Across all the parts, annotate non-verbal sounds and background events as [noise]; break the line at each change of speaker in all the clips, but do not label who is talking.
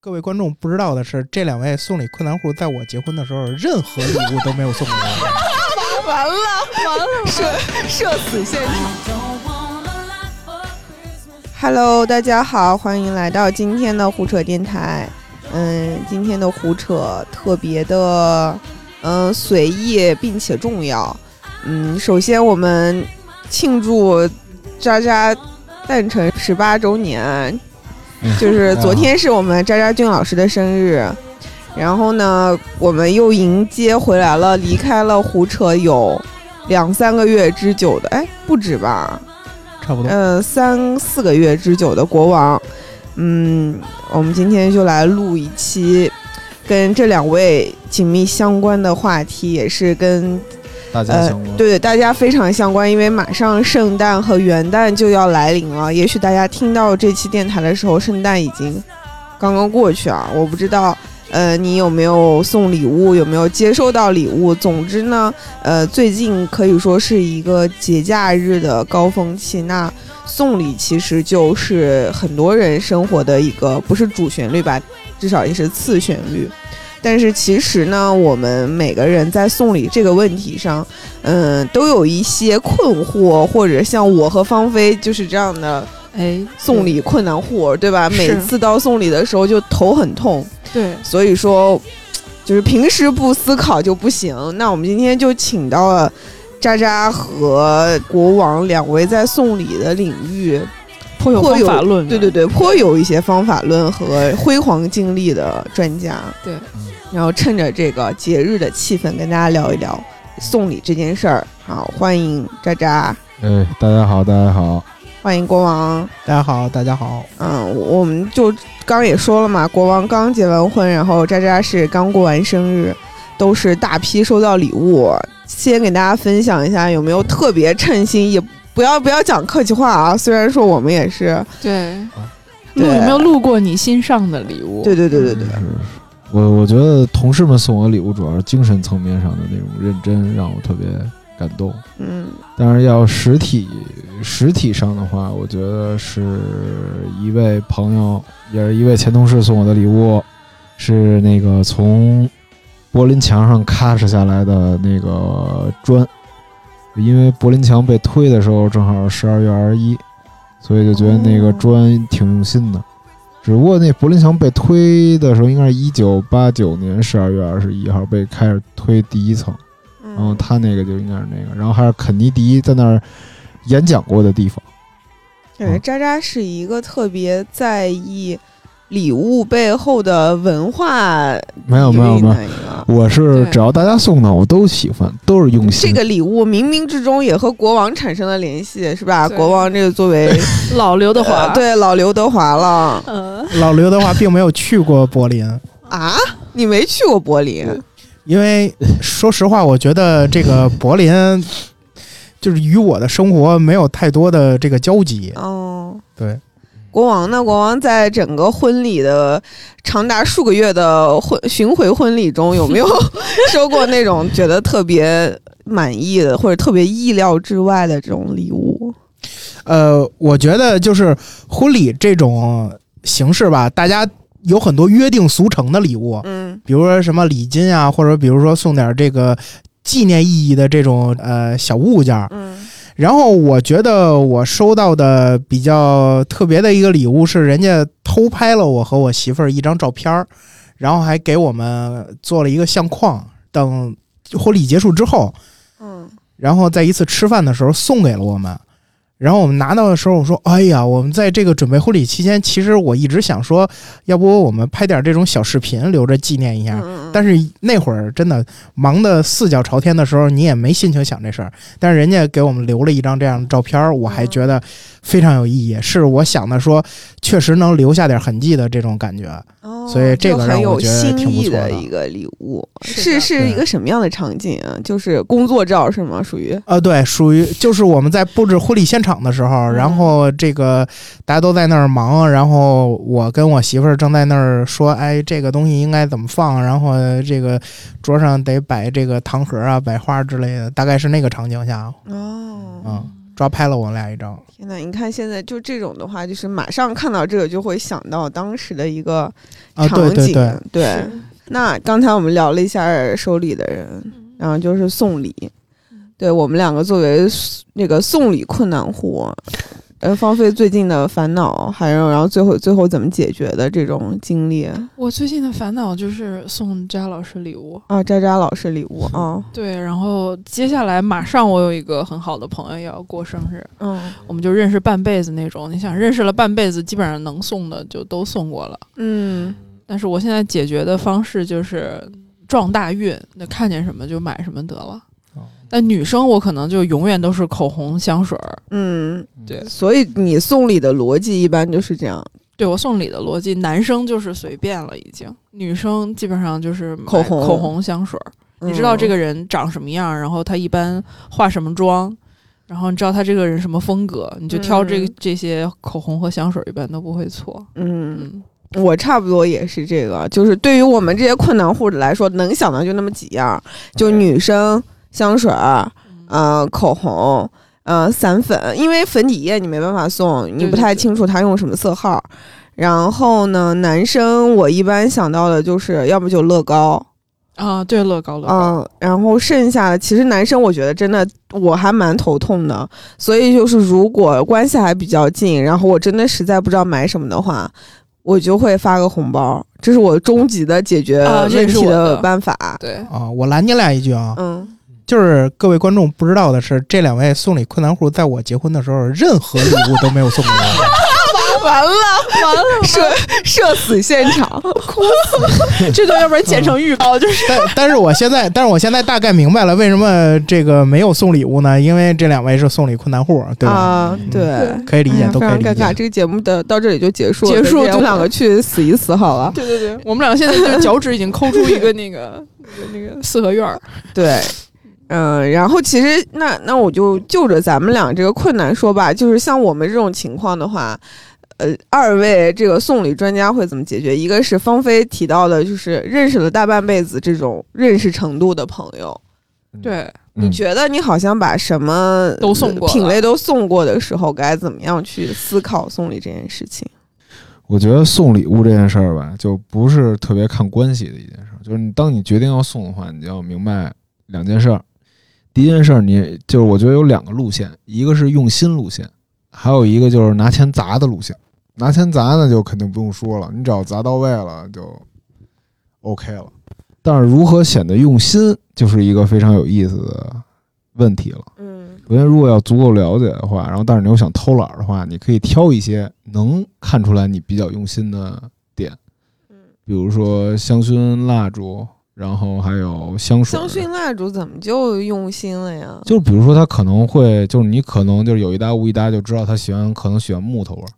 各位观众不知道的是，这两位送礼困难户在我结婚的时候，任何礼物都没有送给 [laughs] 我。
完了完了，社社死现场。Hello，大家好，欢迎来到今天的胡扯电台。嗯，今天的胡扯特别的，嗯，随意并且重要。嗯，首先我们庆祝渣渣诞辰十八周年，
嗯
就是昨天是我们渣渣俊老师的生日。然后呢，我们又迎接回来了，离开了胡扯有两三个月之久的，哎，不止吧，
差不多，
嗯，三四个月之久的国王。嗯，我们今天就来录一期跟这两位紧密相关的话题，也是跟
大家
呃
相关。
对大家非常相关，因为马上圣诞和元旦就要来临了。也许大家听到这期电台的时候，圣诞已经刚刚过去啊，我不知道。呃，你有没有送礼物？有没有接收到礼物？总之呢，呃，最近可以说是一个节假日的高峰期。那送礼其实就是很多人生活的一个，不是主旋律吧，至少也是次旋律。但是其实呢，我们每个人在送礼这个问题上，嗯，都有一些困惑，或者像我和芳菲就是这样的
哎，
送礼困难户，对吧？
是
每次到送礼的时候就头很痛，
对，
所以说就是平时不思考就不行。那我们今天就请到了渣渣和国王两位在送礼的领域
颇有
颇
方
有
法论，啊
对对，对，颇有一些方法论和辉煌经历的专家。
对
嗯，
然后趁着这个节日的气氛，跟大家聊一聊送礼这件事儿。好，欢迎渣渣，
哎，大家好，大家好。
欢迎国王。
大家好，大家好，
嗯，我们就刚也说了嘛，国王刚结完婚，然后渣渣是刚过完生日，都是大批收到礼物。先给大家分享一下有没有特别称心，也不要不要讲客气话啊。虽然说我们也是，
对，
对
路有没有路过你心上的礼物？
对对对对对
是，是是嗯我我觉得同事们送我礼物，主要是精神层面上的那种认真，让我特别感动。
嗯
但是要实体实体上的话，我觉得是一位朋友，也是一位前同事送我的礼物，是那个从柏林墙上咔哧下来的那个砖，因为柏林墙被推的时候正好十二月二十一，所以就觉得那个砖挺用心的。只不过那柏林墙被推的时候，应该是一九八九年十二月二十一号被开始推第一层。然后
嗯，
他那个就应该是那个，然后还是肯尼迪在那儿演讲过的地方。
感觉渣渣是一个特别在意礼物背后的文化
没有没
底
有
蕴
没有，
的一个。
我是
对
只要大家送的我都喜欢，都是用
这
心。
个礼物冥冥之中也和国王产生了联系，是吧？
对
国王这个作为
老刘的
呃
话，，
对老刘德华了
[laughs] 嗯，
老刘的话并没有去过柏林，
啊！你没去过柏林，
因为说实话，我觉得这个柏林就是与我的生活没有太多的这个交集。
哦。
对，
国王呢？国王在整个婚礼的长达数个月的婚巡回婚礼中，有没
[laughs]
有收过那种觉得特别满意的，或者特别意料之外的这种礼物？
呃，我觉得就是婚礼这种形式吧，大家有很多约定俗成的礼物，
嗯
比如说什么礼金啊，或者比如说送点这个纪念意义的这种呃小物件儿。
嗯
然后我觉得我收到的比较特别的一个礼物是，人家偷拍了我和我媳妇儿一张照片儿，然后还给我们做了一个相框。等婚礼结束之后，
嗯，
然后在一次吃饭的时候送给了我们。然后我们拿到的时候，我说：“哎呀，我们在这个准备婚礼期间，其实我一直想说，要不我们拍点这种小视频留着纪念一下。
嗯
但是那会儿真的忙得四脚朝天的时候，你也没心情想这事儿。但是人家给我们留了一张这样的照片儿，我还觉得非常有意义，是我想的说，确实能留下点痕迹的这种感觉。
哦
所以这
就
个
很
让
有
我觉得
新
挺不
意
错的
一个礼物，
是
是
的
是一个什么样的场景啊？就是工作照是吗？属于
呃，对，属于就是我们在布置婚礼现场的时候，然后这个大家都在那儿忙，然后我跟我媳妇儿正在那儿说，哎，这个东西应该怎么放，然后这个桌上得摆这个糖盒啊、摆花之类的，大概是那个场景下啊。
哦
嗯抓拍了我俩一张。
天呐，你看现在就这种的话，就是马上看到这个就会想到当时的一个
啊，
场景。
对对对，
对那刚才我们聊了一下收礼的人，
嗯
然后就是送礼。对我们两个作为那个送礼困难户，呃，芳菲最近的烦恼，还有然后最后最后怎么解决的这种经历
我最近的烦恼就是送佳老师礼物。
啊，渣渣老师礼物啊，
对，然后接下来马上我有一个很好的朋友也要过生日，
嗯
我们就认识半辈子那种。你想认识了半辈子，基本上能送的就都送过了。
嗯
但是我现在解决的方式就是撞大运，那看见什么就买什么得了
哦。
但女生我可能就永远都是口红、香水儿。
嗯，
对，
所以你送礼的逻辑一般就是这样，
对我送礼的逻辑，男生就是随便了，已经；女生基本上就是买
口红
口红、嗯香水儿。你知道这
个。
个人长什么样，然后他一般化什么妆，然后你知道他这个人什么风格，你就挑这、
嗯
这些口红和香水，一般都不会错。
嗯，
嗯，
我差不多也是这个，就是对于我们这些困难户来说，能想到就那么几样儿，就女生香水儿，呃，口红，呃，散粉，因为粉底液你没办法送，你
对
不太
对对
清楚它用什么色号儿。然后呢，男生我一般想到的就是要不就乐高，
啊，对，乐高乐高。
嗯，然后剩下的其实男生我觉得真的我还蛮头痛的，所以就是如果关系还比较近，然后我真的实在不知道买什么的话，我就会发个红包，这是我终极的解决
啊这
问
也是
题
我
的
的
办法。
对，
啊，我拦你俩一句啊，
嗯，
就是各位观众不知道的是，这两位送礼困难户在我结婚的时候，任何礼物都没有送给
[laughs]
我。
完了完 [laughs] 了，社社死现场，
这段要不然剪成预告，就是
但但是我现在，但是我现在大概明白了为什么这个没有送礼物呢？因为这两位是送礼困难户，对吧？
啊，对。
可以理
哎
解
呀，
都
非
可以
常
理
尴尬，
解。
这个节目的到这里就结束了，
结束
我
对
们两个去死一死好了。
对对对，我们俩现在就脚趾已经抠出一个那个那个四合院儿。
对，嗯、然后其实那那我就就着咱们俩这个困难说吧，就是像我们这种情况的话，呃，二位这个送礼专家会怎么解决？一个是芳菲提到的，就是认识了大半辈子这种认识程度的朋友，
对，
嗯
你觉得你好像把什么
都送过了
品类都送过的时候，该怎么样去思考送礼这件事情？
我觉得送礼物这件事儿吧，就不是特别看关系的一件事儿。就是你当你决定要送的话，你就要明白两件事儿。第一件事儿，你就是我觉得有两个路线，一个是用心路线，还有一个就是拿钱砸的路线。拿钱砸呢，就肯定不用说了，你只要砸到位了就 OK 了。但是如何显得用心，就是一个非常有意思的问题了。
嗯
首先，如果要足够了解的话，然后但是你又想偷懒儿的话，你可以挑一些能看出来你比较用心的点，
嗯，
比如说香薰蜡烛，然后还有香水
香
儿。
薰蜡烛怎么就用心了呀？
就比如说，他可能会，就是你可能就是有一搭无一搭就知道他喜欢，可能喜欢木头味儿，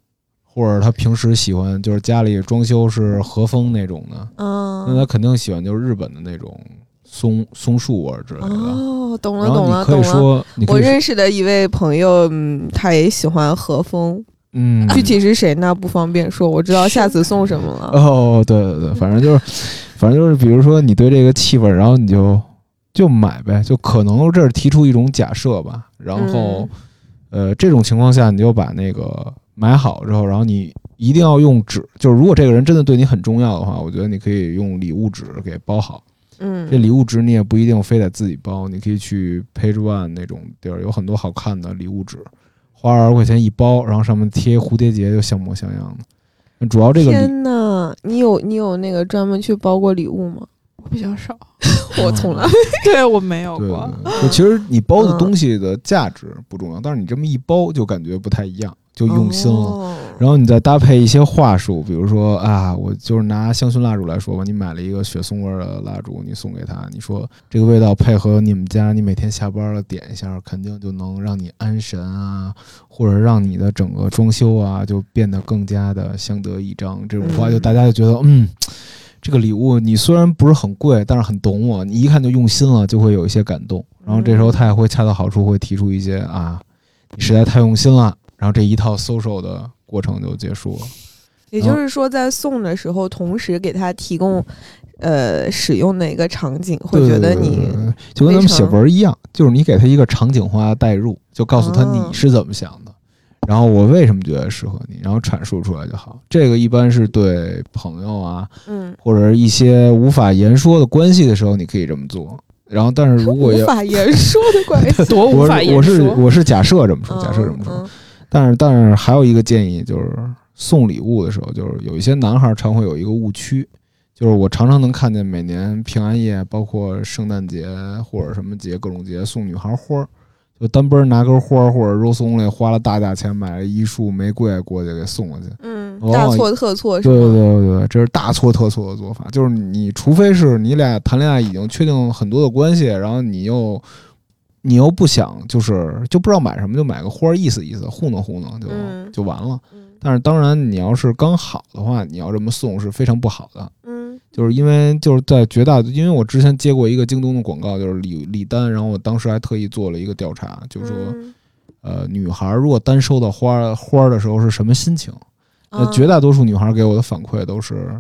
或者他平时喜欢就是家里装修是和风那种的，那他
嗯，
肯定喜欢就是日本的那种松松树味儿之类的。
哦，懂了
然后
懂
你
了
可
懂
以
了。
说，你可
我
以说，
认识的一位朋友，嗯，他也喜欢和风，
嗯，
具体是谁呢？不方便说，我知道下次送什么了。
哦，对对对，反正就是，反正就是，比如说你对这个气味儿，然后你就就买呗，就可能这是提出一种假设吧。然
嗯
后，呃，这种情况下，你就把那个买好之后，然后你一定要用纸，就是如果这个人真的对你很重要的话，我觉得你可以用礼物纸给包好。这
嗯
礼物纸你也不一定非得自己包，你可以去 Page One 那种地儿，有很多好看的礼物纸，花二十块钱一包，然后上面贴蝴蝶结，就像模像样的。主要这个礼
天呐，你有你有那个专门去包过礼物
[laughs]
吗？
我比较少，
我从
嗯
来
[laughs] 对我没有
对
过。，
对，就其实你包的东西的价值不重要，但是你这么一包就感觉不太一样，就用心了。
了。
然后你再搭配一些话术，比如说啊，我就是拿香薰蜡烛来说吧，你买了一个雪松味儿的蜡烛，你送给他，你说这个味道配合你们家，你每天下班了点一下，肯定就能让你安神啊，或者让你的整个装修啊就变得更加的相得益彰。这种话
嗯
就大家就觉得嗯。这个礼物你虽然不是很贵，但是很懂我，你一看就用心了，就会有一些感动。然后这时候他也会恰到好处，会提出一些啊，你实在太用心了。然后这一套 social 的过程就结束了。
也就是说，在送的时候，同时给他提供呃使用的一个场景，会
对
觉得
对对对
你
对对就跟咱们写文儿一样，就是你给他一个场景化代入，就告诉他
哦
你是怎么想的，然后我为什么觉得适合你，然后阐述出来就好。这个一般是对朋友啊，
嗯，
或者是一些无法言说的关系的时候，你可以这么做。然后，但是 [laughs] 如果
无
要
法言说的关系
多无
我
法
是
言
我是
说。
我是假设这么说，
嗯
[laughs] 假设这么说。
嗯
但是但是还有一个建议就是送礼物的时候，就是有一些男孩儿常会有一个误区，就是我常常能看见每年平安夜，包括圣诞节或者什么节各种节送女孩花儿，就单奔儿拿根花儿或者肉松了，花了大价钱买了一束玫瑰过去给送过去。
嗯，
往
大
往
错特错是
哦对对
吗？
对对对，这是大错特错的做法。就是你除非是你俩谈恋爱已经确定很多的关系，然后你又你又不想，就是就不知道买什么，就买个花儿意思意思，糊弄糊弄就、
嗯
就完了。
嗯
但是当然，你要是刚好的话，你要这么送是非常不好的，
嗯
就是因为就是在绝大，因为我之前接过一个京东的广告，就是李李丹，然后我当时还特意做了一个调查，就是说
嗯
呃，女孩如果单收到花儿花儿的时候是什么心情？那
啊
绝大多数女孩给我的反馈都是，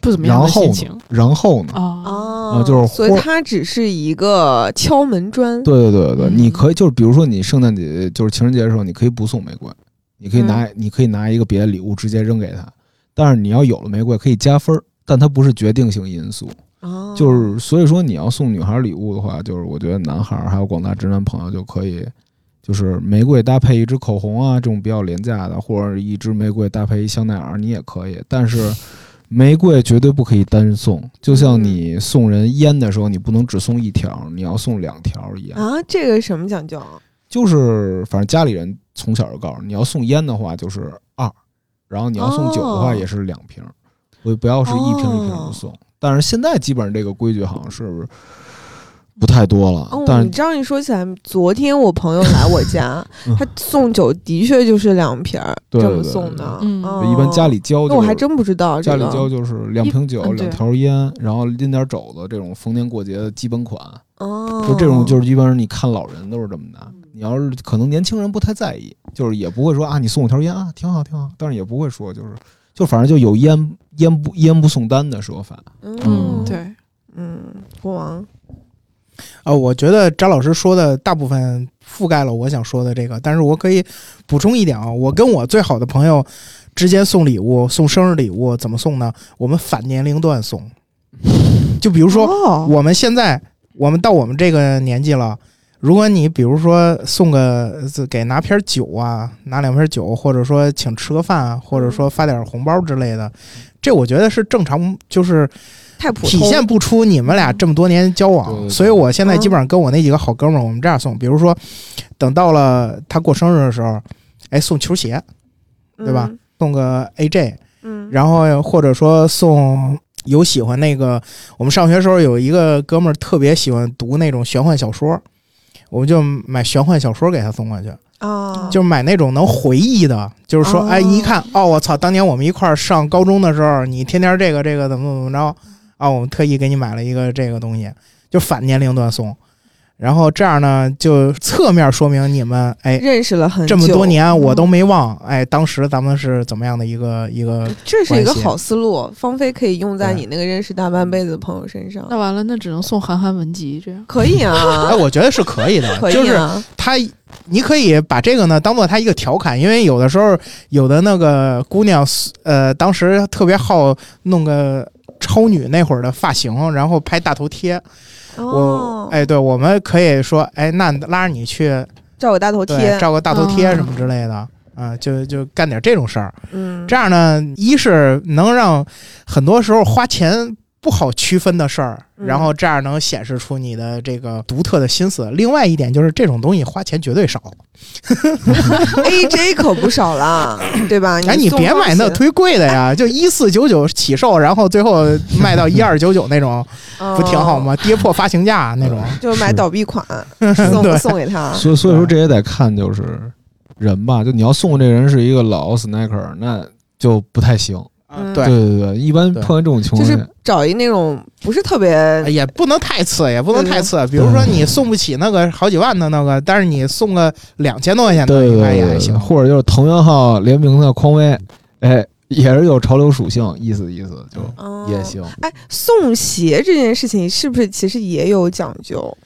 不怎么
然
样的
后
心情
呢，然后呢？
啊，
哦，
就是
所以
豁
它只是一个敲门砖，
对对对对，
嗯
你可以就是比如说你圣诞节就是情人节的时候，你可以不送玫瑰，你可以拿、
嗯
你可以拿一个别的礼物直接扔给他，但是你要有了玫瑰可以加分儿，但它不是决定性因素。
哦，
就是所以说你要送女孩礼物的话，就是我觉得男孩儿还有广大直男朋友就可以，就是玫瑰搭配一支口红啊，这种比较廉价的，或者一支玫瑰搭配一香奈儿，你也可以。但是玫瑰绝对不可以单送，就像你送人烟的时候，你不能只送一条，你要送两条一样。
啊，这个什么讲究啊？
就是反正家里人从小就告诉你，要送烟的话就是二，然后你要送酒的话
哦
也是两瓶，所以不要是一瓶一瓶
哦
的送。但是现在基本上这个规矩好像是不太多了，
哦，
但，
你这样一说起来，昨天我朋友来我家
嗯
他送酒的确就是两瓶儿
对
这
对
么
对
送的，
嗯
哦
一般家。里教
那
就
我
是
还真不知道这
家里
个。
教就是两瓶酒、
嗯对
两条烟，然后拎点肘子这种逢年过节的基本款，
哦，
就这
嗯
种就是一般人你看老人都是这么拿。你要是可能年轻人不太在意，就是也不会说啊你送我条烟啊挺好挺好，但是也不会说就是就反正就有烟烟不烟不送单的说法。
嗯，
嗯，，
对，
嗯，国王，
啊，我觉得张老师说的大部分覆盖了我想说的这个，但是我可以补充一点啊，我跟我最好的朋友之间送礼物，送生日礼物怎么送呢？我们反年龄段送，就比如说
说
我们现在，我们到我们这个年纪了，如果你比如说送个呃给拿瓶酒啊，拿两瓶酒，或者说请吃个饭啊，或者说发点红包之类的，这我觉得是正常，就是
太普
体
通，嗯
现不出你们俩这么多年交往。
对对对
所以我现在基本上跟我那几个好哥们儿，我们这样送，比如说等到了他过生日的时候，哎，送球鞋，对吧送个 AJ，
嗯？嗯，
然后或者说送有喜欢那个，我们上学时候有一个哥们儿特别喜欢读那种玄幻小说，我们就买玄幻小说给他送过去，
啊，
就买那种能回忆的，就是说，
哦
哎，一看，哦，我操，当年我们一块儿上高中的时候，你天天这个这个怎么怎么着啊，我们特意给你买了一个这个东西，就反年龄段送，然后这样呢，就侧面说明你们哎。
认识了很
这么
久
多，年我都没忘，哎，当时咱们是怎么样的一个一个
这是一个
关系
好思路，芳菲可以用在
对
你那个认识大半辈子的朋友身上，
那完了，那只能送韩寒文集这样。
可以
[laughs]
啊
哎，，我觉得是可以的，
可
就
以
是
啊，
他，你可以把这个呢当做他一个调侃，因为有的时候有的那个姑娘，呃，当时特别好弄个超女那会儿的发型，然后拍大头贴。
哦
我，，哎，对，我们可以说，哎，那拉着你去，
照个大头贴
对，，照个大头贴
嗯
什么之类的，啊、就就干点这种事儿。
嗯，
这样呢，一是能让很多时候花钱不好区分的事儿，
嗯
然后这样能显示出你的这个独特的心思。另外一点就是这种东西花钱绝对少， [laughs]
AJ 哎可不少
[coughs]
啦，对吧？
哎，你
嗯送
别
花
买那
钱
忒贵的呀，就一四九九起售，然后最后卖到一二九九那种，不挺好？
[laughs]
吗？跌破发行价那种。
哦就买
是
倒闭款
[laughs]
送
对
送给他，
所以所以说这也得看就是人吧，就你要送这人是一个老 snacker，那就不太行。
嗯
啊对，
对对对，一般
对
碰见这种情
就
况下，
是找一那种不是特别
也不能太次，也不能太次。比如说你送不起那个好几万的那个，但是你送个两千多块钱的，
对
应
对
该
对
也
对
还行。
或者就是藤原浩联名的匡威，哎，也是有潮流属性，意思意思就
哦
嗯
也。行。
哎，送鞋这件事情是不是其实也有讲究？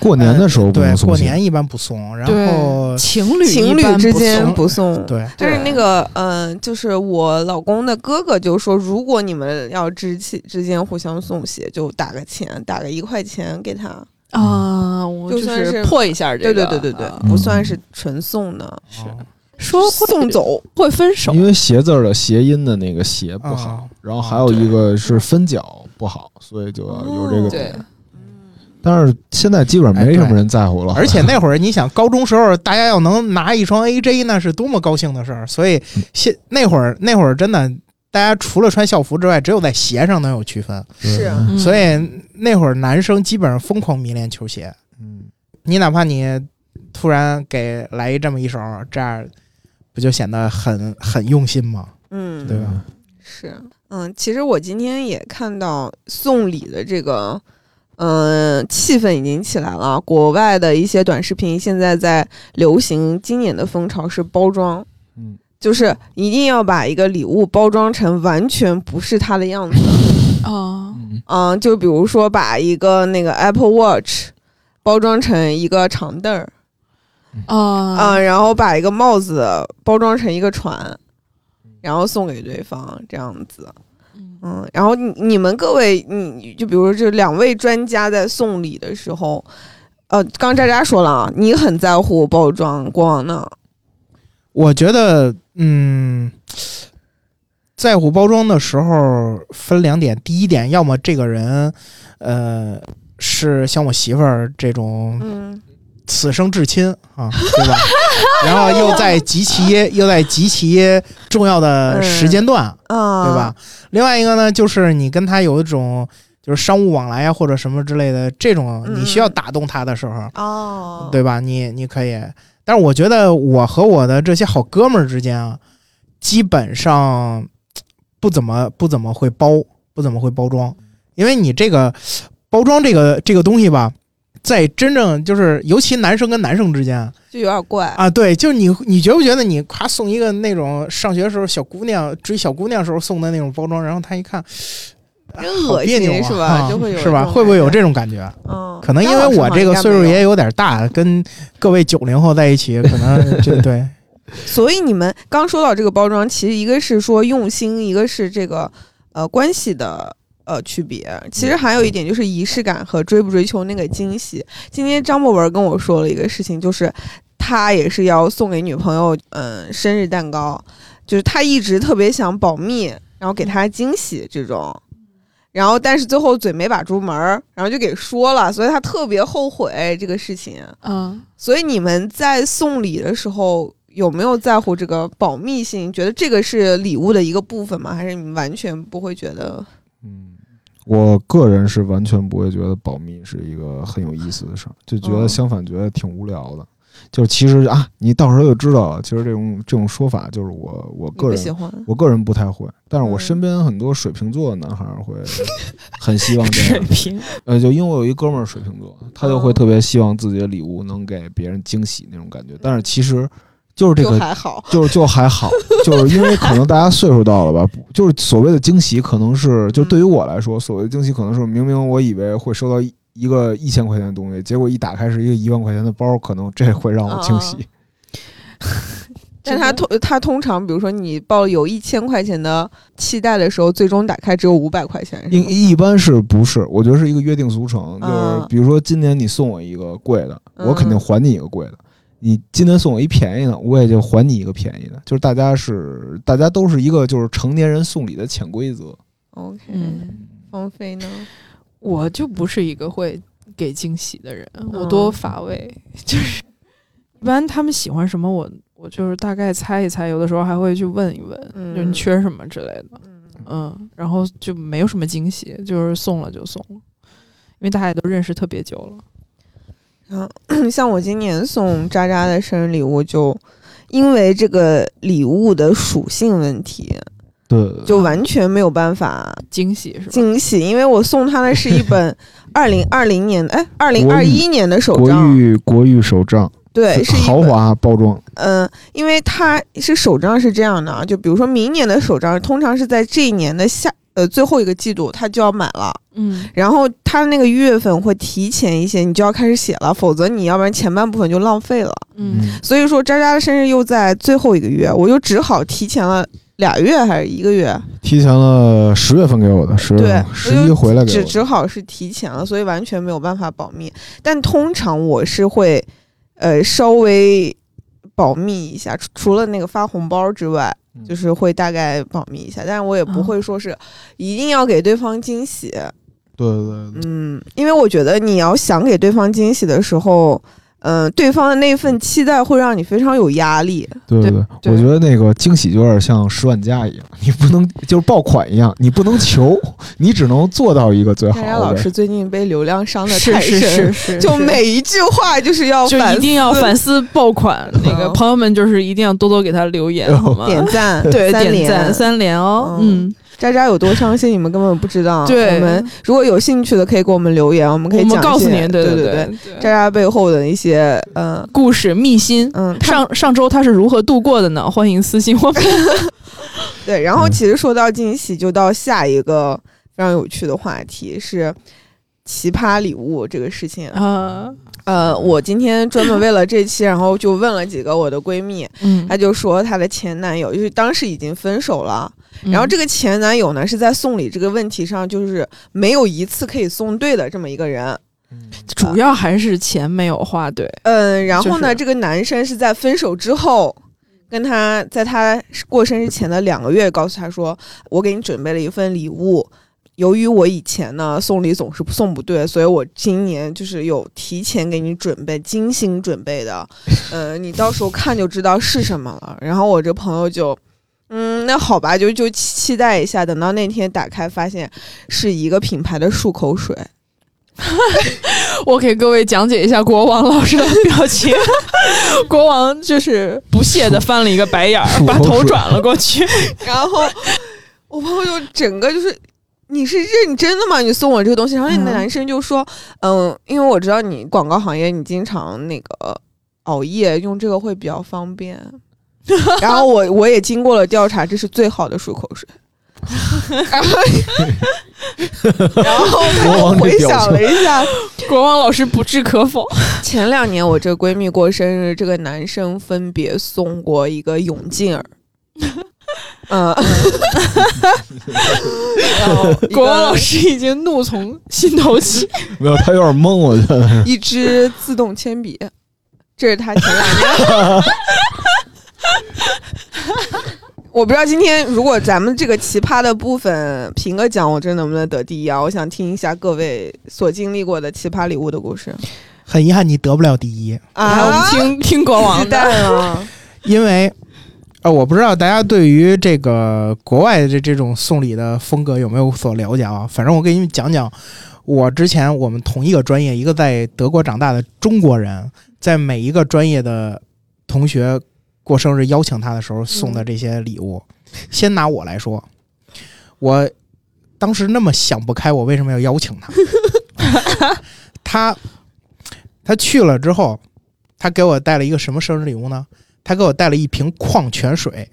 过年的时候不
对
能，送
过
信
年一般不送，然
对
后
情侣
情
一
侣
般
之
不
间
送
不送。
对，
但是那个，嗯、就是我老公的哥哥就说，如果你们要之气之间互相送鞋，就打个钱，打个一块钱给他，
啊，我
就算
是
是
破一下这个，
对对对对对，
啊
不算是纯送的，
是
哦
说会
送走。
会分手
因为鞋字儿的谐音的那个鞋不好，
嗯
然后还有一个是分脚不好，所以就要有这个
哦哎
点。
对，
但是现在基本上没什么人在乎了，
而且那会儿你想，高中时候大家要能拿一双 AJ，那是多么高兴的事儿。所以现那会儿那会儿真的，大家除了穿校服之外，只有在鞋上能有区分。
是啊
嗯
嗯
所以那会儿男生基本上疯狂迷恋球鞋，
嗯，
你哪怕你突然给来一这么一手，这样不就显得很很用心吗？
嗯，
对
啊
吧？
是，嗯，其实我今天也看到送礼的这个，嗯、气氛已经起来了。国外的一些短视频现在在流行，今年的风潮是包装，
嗯，
就是一定要把一个礼物包装成完全不是它的样子。
[laughs] 啊，
嗯
嗯，就比如说把一个那个 Apple Watch 包装成一个长凳儿，
啊
嗯，然后把一个帽子包装成一个船，
嗯
然后送给对方这样子。
嗯
嗯，然后你你们各位，你就比如说这两位专家在送礼的时候，呃，刚渣渣说了啊，你很在乎包装，国王呢？
我觉得，嗯，在乎包装的时候分两点，第一点，要么这个人，呃，是像我媳妇儿这种
嗯，
此生至亲啊，对吧？然后又在极其又在极其重要的时间段，
啊，
对吧？？另外一个呢，就是你跟他有一种就是商务往来啊，或者什么之类的这种，
嗯
你需要打动他的时候，
哦，
对吧？你你可以，但是我觉得我和我的这些好哥们儿之间啊，基本上不怎么不怎么会包，不怎么会包装，因为你这个包装这个这个东西吧，在真正就是尤其男生跟男生之间
就有点怪。
啊，对，就是你你觉不觉得你夸送一个那种上学时候小姑娘追小姑娘时候送的那种包装，然后她一看。啊
真
好
恶
别扭
心
啊
是吧
啊
就会有
是吧？
这种
会不会有
感
这种感觉？啊
嗯，
可能因为
张老师
我
好像
这个
应该
岁数
没有
也有点大，跟各位九零后在一起，可能
[laughs]
这对
所以你们刚说到这个包装，其实一个是说用心，一个是这个呃关系的呃区别。其实还有一点就是仪式感和追不追求那个惊喜。今天张博文跟我说了一个事情，就是他也是要送给女朋友嗯、呃生日蛋糕，就是他一直特别想保密，然后给她惊喜这种。然后，但是最后嘴没把住门儿，然后就给说了，所以他特别后悔这个事情。
嗯，
所以你们在送礼的时候有没有在乎这个保密性？觉得这个是礼物的一个部分吗？还是你们完全不会觉得？
嗯，我个人是完全不会觉得保密是一个很有意思的事儿，就觉得
嗯
相反觉得挺无聊的。就是其实啊，你到时候就知道了。其实这种这种说法，就是我我
你
个
不
人
喜欢？
我个人不太会，但是我
嗯
身边很多水瓶座的男孩儿
[laughs]
会很希望这
水
样。
平
呃，就因为我有一哥们儿水瓶座，他就会
哦
特别希望自己的礼物能给别人惊喜那种感觉。但是其实就是这
嗯就
个，
还好。
[laughs] 就就还好，就是因为可能大家岁数到了吧，不就是所谓的惊喜，可能是就
嗯
对于我来说，所谓的惊喜可能是明明我以为会收到一一个一千块钱的东西，结果一打开是一个一万块钱的包，可能这会让我
哦
惊喜。
但他通他通常，比如说你抱有一千块钱的期待的时候，最终打开只有五百块钱，是吗
一一般是不是？我觉得是一个约定俗成，就是
嗯
比如说今年你送我一个贵的，我肯定
嗯
还你一个贵的；你今年送我一便宜的，我也就还你一个便宜的。就是大家是大家都是一个就是成年人送礼的潜规则。
OK，
嗯，
王菲呢？
我就不是一个会给惊喜的人，我
嗯
多乏味，就是一般他们喜欢什么我。我就是大概猜一猜，有的时候还会去问一问，
嗯
就是你缺什么之类的，
嗯
嗯，然后就没有什么惊喜，就是送了就送了，因为大家也都认识特别久了，
像我今年送渣渣的生日礼物就。因为这个礼物的属性问题，
对，
就完全没有办法
惊喜是吧？
惊喜，因为我送他的
[laughs]
是一本二零二零年的，哎，二零二一年的手
国
账，
誉国誉手账，
对，是一
豪
本
华包装，
嗯，因为它是手账是这样的，啊，就比如说明年的手账，通常是在这一年的下呃最后一个季度，它就要满了。
嗯，
然后它那个月份会提前一些，你就要开始写了，否则你要不然前半部分就浪费了。
嗯，
所以说渣渣的生日又在最后一个月，我就只好提前了俩月还是一个月，
提前了十月份给我的，十月份
对
十一回来给
只
我的，
只好是提前了，所以完全没有办法保密。但通常我是会呃稍微保密一下，除除了那个发红包之外。
嗯
就是会大概保密一下，但是我也不会说是一定要给对方惊喜，
对对对，
嗯，因为我觉得你要想给对方惊喜的时候，嗯、对方的那份期待会让你非常有压力。
对对
对
对，我觉得那个惊喜就有点像十万加一样， [laughs] 你不能就是爆款一样，你不能求， [laughs] 你只能做到一个最好
佳佳老
的。
师最近被流量伤的
是
太深，
是是是，
就每一句话就是要
就
反
一定要
思
反思爆 [laughs] 款。那个
嗯
朋友们就是一定要多多给他留言，好吗？
点赞，
对，
三
点
连
赞三连哦，
嗯
嗯，
渣渣有多伤心，你们根本不知道。
对
我们如果有兴趣的，可以给我们留言，我们可以
我
讲一些
们告诉您，
对
对
对
对，
渣渣背后的一些，嗯
故事秘辛。
嗯，他
上上周他是如何度过的呢？欢迎私信
[laughs]
我们。
对。然后
嗯
其实说到惊喜，就到下一个非常有趣的话题是奇葩礼物这个事情。
啊，
呃，我今天专门为了这期，然后就问了几个我的闺蜜，
嗯
她就说她的前男友就是当时已经分手了，
嗯
然后这个前男友呢是在送礼这个问题上，就是没有一次可以送对的这么一个人。
嗯主要还是钱没有花对，
嗯，然后呢，
就是
这个男生是在分手之后，跟他在他过生日前的两个月，告诉他说：“我给你准备了一份礼物。由于我以前呢送礼总是送不对，所以我今年就是有提前给你准备、精心准备的。
[laughs]
呃，你到时候看就知道是什么了。”然后我这朋友就。嗯，那好吧，就就期期待一下，等到那天打开，发现是一个品牌的漱口水，
我给各位讲解一下国王老师的表
[laughs]
情。国王就是不屑的翻了一个白眼儿， [laughs]
漱漱口
把
水
头转了过去。
然后我朋友就整个就是。你是认真的吗？你送我这个东西，然后那
嗯
男生就说：“嗯，因为我知道你广告行业，你经常那个熬夜，用这个会比较方便。”然后我我也经过了调查，这是最好的漱口水。 [laughs] 然
[laughs]
后，然后他
国
就
王这
回
表
想
情
了一下，
国王老师不置可否。
前两年我这闺蜜过生日，这个男生分别送过一个泳镜
[laughs]
儿，嗯，然后 [laughs] 一个
国王老师已经怒从心头起。
没有，他有点懵，我觉得。
一支自动铅笔，这是他前两年。我不知道今天如果咱们这个奇葩的部分评个奖，我这能不能得第一啊？我想听一下各位所经历过的奇葩礼物的故事
很遗憾你得不了第一，
来，哎我们
啊！
听听国
鸡
王的。
蛋啊，
因为呃，我不知道大家对于这个国外的这这种送礼的风格有没有所了解啊？反正我给你们讲讲，我之前我们同一个专业，一个在德国长大的中国人，在每一个专业的同学过生日邀请他的时候送的这些礼物。先拿我来说，我当时那么想不开，我为什么要邀请他？他他去了之后，他给我带了一个什么生日礼物呢？他给我带了一瓶矿泉水，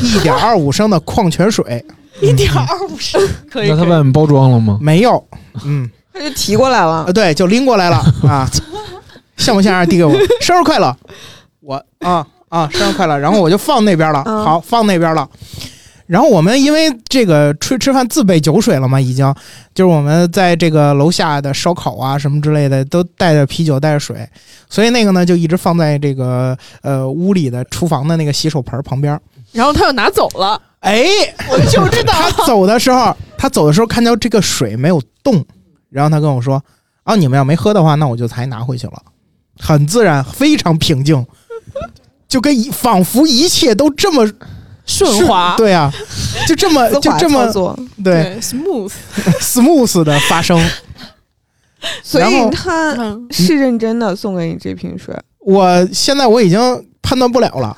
一点二五升的矿泉水，
一点二五 [laughs] 升，可以。
那他
可以
外面包装了吗？
没有，嗯，
他就提过来了
啊，。对，就拎过来了啊，像不像样？递给我，生日快乐，我啊啊，生日快乐，然后我就放那边了，
嗯
好，放那边了。然后我们因为这个吃吃饭自备酒水了嘛，已经就是我们在这个楼下的烧烤啊什么之类的，都带着啤酒带着水，所以那个呢就一直放在这个呃屋里的厨房的那个洗手盆旁边。
然后他又拿走了。
哎，我就知
[laughs]
道他 [laughs] 走的时候，他走的时候看到这个水没有动，然后他跟我说：“啊，你们要没喝的话，那我就才拿回去了。”很自然，非常平
[laughs]
静，就跟一仿佛一切都这么
顺滑，
对啊，就这么
[laughs] 丝
就
滑
这么
操作，
对
，smooth，
smooth 的发生。
所
然后
以
[laughs]
他
嗯
是认真的送给你这瓶水，
我现在我已经判断不了了。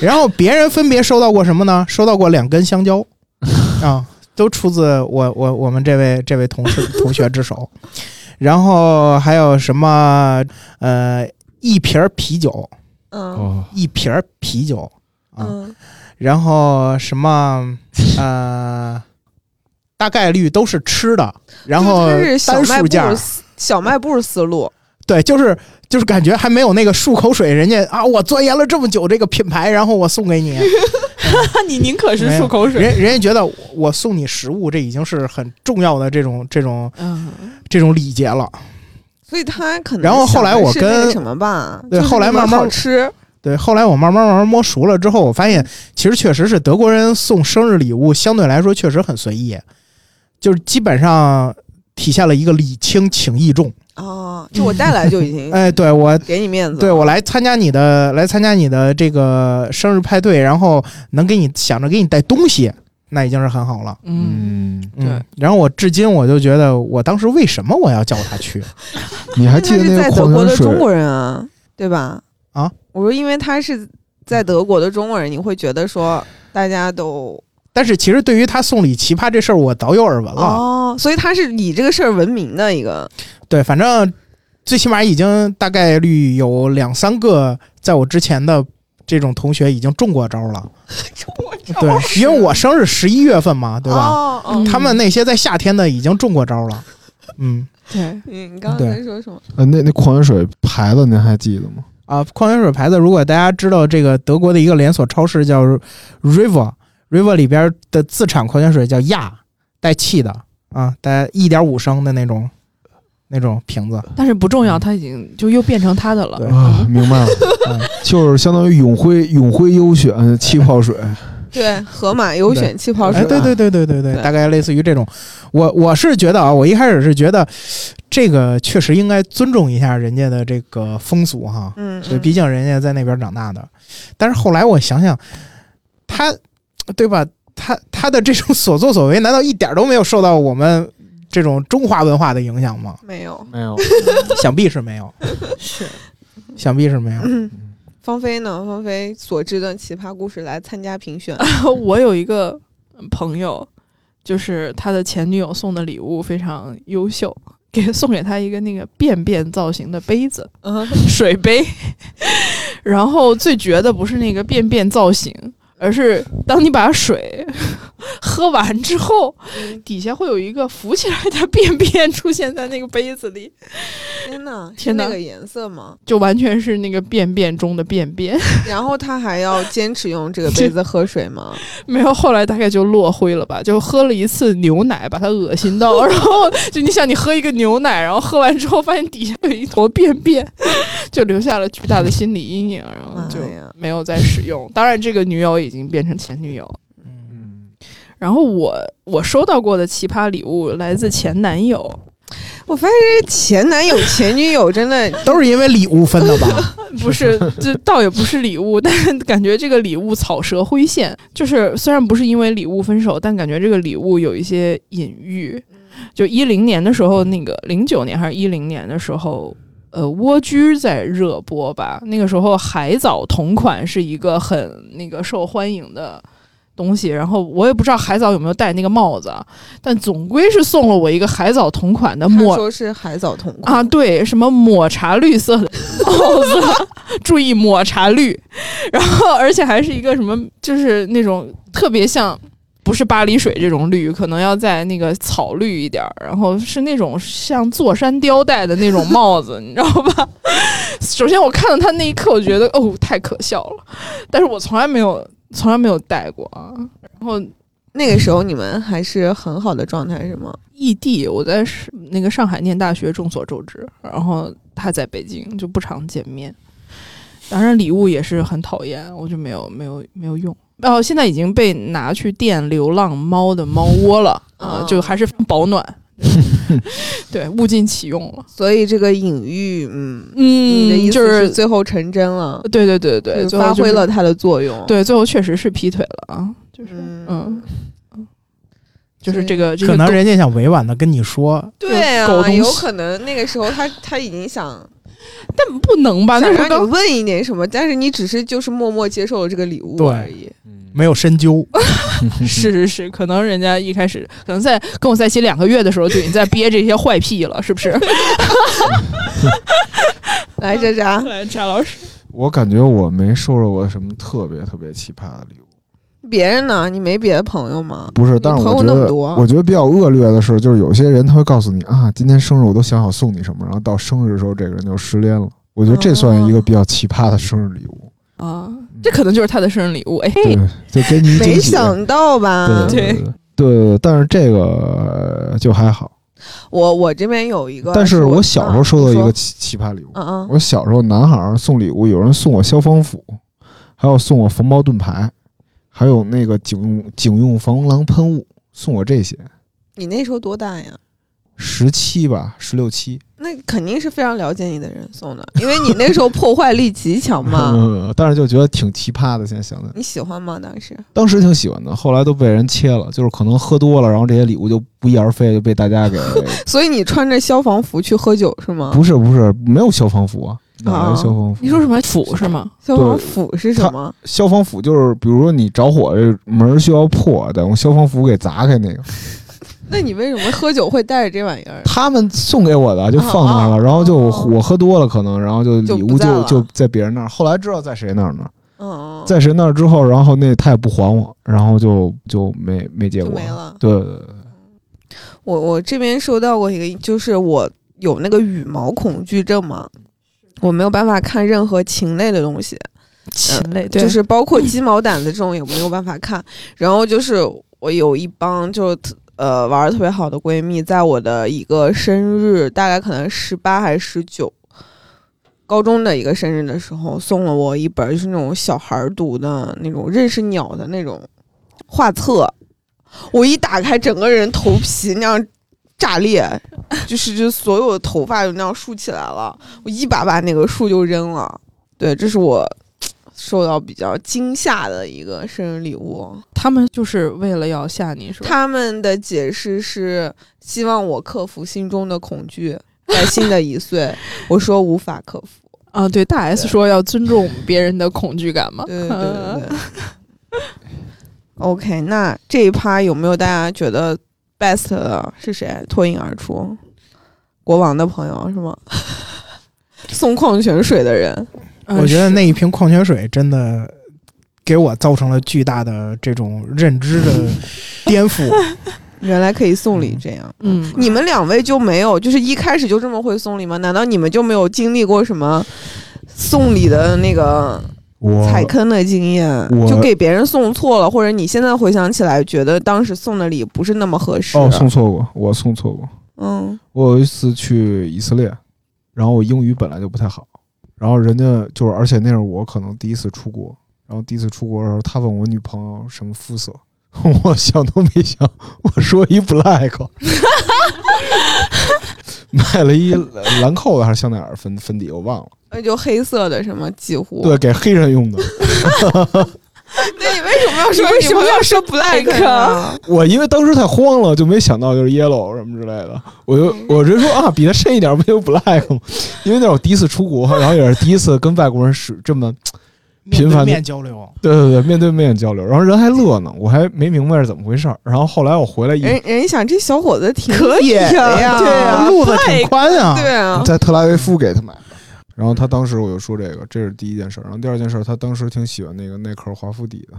然后别人分别收到过什么呢？收到过两根香蕉，啊，都出自我我我们这位这位同事同学之手。然后还有什么呃一瓶儿啤酒，
嗯
哦，
一瓶儿啤酒，啊
嗯
然后什么呃，大概率都是吃的，然后
就
单
是它是小卖
数价
部，思小卖部思路，
对，就是就是感觉还没有那个漱口水，人家啊，我钻研了这么久这个品牌，然后我送给你，
那你宁 [laughs] 可是漱口水，
人人家觉得我我送你食物，这已经是很重要的这种这种
嗯，
这种礼节了。
所以他可能
然后后来我
想的是那
跟
个什么吧，
对
就是
后来
你们
慢慢
好吃，
对，后来我慢慢慢慢摸熟了之后，我发现其实确实是德国人送生日礼物相对来说确实很随意，就是基本上体现了一个礼轻情意重。
哦，就我带来就已
[laughs]
经
哎，对我
给你面子了，啊
对我来参加你的来参加你的这个生日派对，然后能给你想着给你带东西，那已经是很好了。
嗯，
嗯
对，
然后我至今我就觉得，我当时为什么我要叫他
[laughs]
去？
你还
还
记得那
在
个
德
矿
国
泉
的
水
中？国人啊，对吧？
啊，
我说因为他是在德国的中国人，你会觉得说大家都
但是其实对于他送礼奇葩这事儿，我早有耳闻了。
哦，所以他是以这个事儿闻名的一个，
对，反正最起码已经大概率有两三个在我之前的这种同学已经中过招了。对，因为我生日十一月份嘛，对吧？
哦哦
嗯
他们那些在夏天的已经中过招了。嗯
对，
你你刚刚在说什么？
呃，那那矿泉水牌子您还记得吗？
啊，矿泉水牌子，如果大家知道这个德国的一个连锁超市叫 River River 里边的自产矿泉水叫亚，带气的啊，带一点五升的那种那种瓶子。
但是不重要，他已经就又变成他的了
对。
啊，明 [laughs] 白了，
嗯
就是相当于永辉永辉优选气泡水。
对，河马优选气泡水，
哎，对对对对对对，
对
大概类似于这种。我我是觉得啊，我一开始是觉得这个确实应该尊重一下人家的这个风俗哈，
嗯，嗯？
对，毕竟人家在那边长大的。但是后来我想想，他对吧？他他的这种所作所为，难道一点儿都没有受到我们这种中华文化的影响吗
没有。
没有，
想必是没有，
是，
想必是没有。
嗯
芳菲呢？芳菲所知的奇葩故事来参加评
[laughs]
选，
[laughs] 我有一个朋友，就是他的前女友送的礼物非常优秀，给送给他一个那个便便造型的杯子，
嗯，
水杯。 [laughs] 然后最绝的不是那个便便造型，而是当你把水 [laughs] 喝完之后，底下会有一个浮起来的便便出现在那个杯子里，
天哪，是
天哪
那个颜色吗？
就完全是那个便便中的便便。 [laughs]
然后他还要坚持用这个杯子喝水
[laughs]
吗？
没有，后来大概就落灰了吧，就喝了一次牛奶，把他恶心到，然后 [laughs] 就你想你喝一个牛奶，然后喝完之后发现底下有一坨便便， [laughs] 就留下了巨大的心理阴影，然嗯后就
妈哎呀
没有再使用。当然，这个女友已经变成前女友。
嗯
嗯，
然后我我收到过的奇葩礼物来自前男友，
我发现这前男友、前女友真
[laughs]
的
都是因为礼物分的吧？
不是，这倒也不是礼物，但是感觉这个礼物草蛇灰线，就是虽然不是因为礼物分手，但感觉这个礼物有一些隐喻。就一零年的时候，那个零九年还是一零年的时候，呃，蜗居在热播吧，那个时候海藻同款是一个很那个受欢迎的。东西，然后我也不知道海藻有没有戴那个帽子，啊，但总归是送了我一个海藻同
[laughs]
款的
他
墨
说是海藻同款
啊，对，什么抹茶绿色的 [laughs] 帽子，注意抹茶绿，然后而且还是一个什么，就是那种特别像。不是巴黎水这种绿，可能要在那个草绿一点儿，然后是那种像座山雕带的那种帽子，你知道吧？ [laughs] 首先我看到他那一刻，我觉得哦太可笑了，但是我从来没有从来没有戴过啊。然后
那个时候你们还是很好的状态是吗？
异地，，E 我在是那个上海念大学，众所周知。然后他在北京，就不常见面。当然，礼物也是很讨厌，我就没有没有没有用。哦，现在已经被拿去垫流浪猫的猫窝了啊、
哦
就还是保
[laughs]
暖，对，物尽其用了。
所以这个隐喻，嗯，你的
嗯，
意
就
思
是
是最后成真了，
对对
就
对对对，
是
最后
发
就
挥
是
了，它的作用。，
对，最后确实是劈腿了啊，就是
嗯
嗯，就是
所以
这个这个
可能
狗
人家想委婉的跟你说，
对
狗
啊，
东西
有可能那个时候他他已经想
但不能吧？那
想
时候
让
刚
你问一点什么，但是你只是就是默默接受了这个礼物
对
而已。
嗯
没有深究。
哦是是是，可能人家一开始可能在跟我在一起两个月的时候就已经在憋这些坏屁了，是不是？
来，莎莎，
来，贾老师，
我感觉我没收着过什么特别特别奇葩的礼物，
别人呢？你没别的朋友吗？
不是，但是
你朋
我
友
觉
那么
得，
多
我觉得比较恶劣的是，就是有些人他会告诉你啊，今天生日我都想好送你什么，然后到生日的时候，这个人就失恋了。我觉得这算一个比较奇葩的生日礼物，
啊，这可能就是他的生日礼物。哎，
对，就给你一惊
没
喜。
想到吧？
对对对对对对，但是这个呃就还好。
我我这边有一个，
但是
我
我小时候收到
啊
一，个
你说
奇奇葩礼物，
嗯嗯，
我小时候男孩儿送礼物，有人送我消防斧，还有送我防爆盾牌，还有那个警用警用防狼喷雾，送我这些。
你那时候多大呀？
十七吧，十六七
那肯定是非常了解你的人送的，因为你那时候破坏力极强嘛。
[laughs] 嗯，但是就觉得挺奇葩的。现在想想，
你喜欢吗？当时
当时挺喜欢的，后来都被人切了，就是可能喝多了，然后这些礼物就不翼而飞，就被
[laughs]
大家给
所以你穿着消防服去喝酒是吗？
不是不是没有消防服啊，哪来的消防服？
你说什么腐是吗？
消防服是什么？
消防斧就是，比如说你着火这门需要破，得用消防斧给砸开
[laughs]
那个。
那你为什么喝酒会带着这玩意儿？
他们送给我的就放那儿了，
哦哦
然后就我
哦
我喝多了可能，然后就
就
礼
不
物
在
就
了
就在别人那儿。后来知道在谁那儿呢，
嗯，
在谁那儿之后，然后那他也不还我，然后就就没没结
就
果
没。了。
对对对，
我我这边收到过一个，就是我有那个羽毛恐惧症嘛，我没有办法看任何禽类的东西，
禽类，对，
就是包括
[laughs]
鸡毛掸子这种也没有办法看。然后就是我有一帮就特呃玩的特别好的闺蜜，在我的一个生日，大概可能十八还是十九，高中的一个生日的时候，送了我一本就是那种小孩儿读的那种认识鸟的那种画册。我一打开，整个人头皮那样炸裂，就是就所有的头发就那样竖起来了。我一把把那个树就扔了。对，这是我受到比较惊吓的一个生日礼物。
他们就是为了要吓你，是吧？
他们的解释是希望我克服心中的恐惧，在新的一 [laughs] 岁，我说无法克服。
啊，对，大 S 说要尊重别人的恐惧感嘛。
对对对对
[laughs]
对。OK，那这一趴有没有大家觉得 best 的是谁脱颖而出？国王的朋友是吗？ [laughs] 送矿泉水的人，
嗯
我觉得
是
那一瓶矿泉水真的给我造成了巨大的这种认知的颠
[laughs]
覆。
原来可以送礼这样。
嗯，
你们两位就没有，就是一开始就这么会送礼吗？难道你们就没有经历过什么送礼的那个
我
踩坑的经验
我？
就给别人送错了，或者你现在回想起来觉得当时送的礼不是那么合适？啊
哦送错过，我送错过。
嗯，
我有一次去以色列，然后我英语本来就不太好，然后人家就是，而且那是我可能第一次出国，然后第一次出国的时候，他问我女朋友什么肤色， [laughs] 我想都没想，我说一 black，买了一兰蔻的还是香奈儿粉粉底，我忘了，
那就黑色的什么几乎。
对，，给黑人用的。
那你为什么要说
你为什么要
说 black？啊
我因为当时太慌了，就没想到就是 yellow 什么之类的，我就我直接说啊，比它深一点不就 black 吗？因为那是我第一次出国，然后也是第一个跟外国人是这么频
面
繁
对
地
面交流，
对对对面对面交流，然后人还乐呢，我还没明白是怎么回事儿。然后后来我回来一
人人想这小伙子挺
可以
野的呀，
呀对啊
路子挺宽啊。
对啊，
在特拉维夫给他买的，然后他当时我就说这个，这是第一件事儿。然后第二件事儿，他当时挺喜欢那个耐克华夫底的，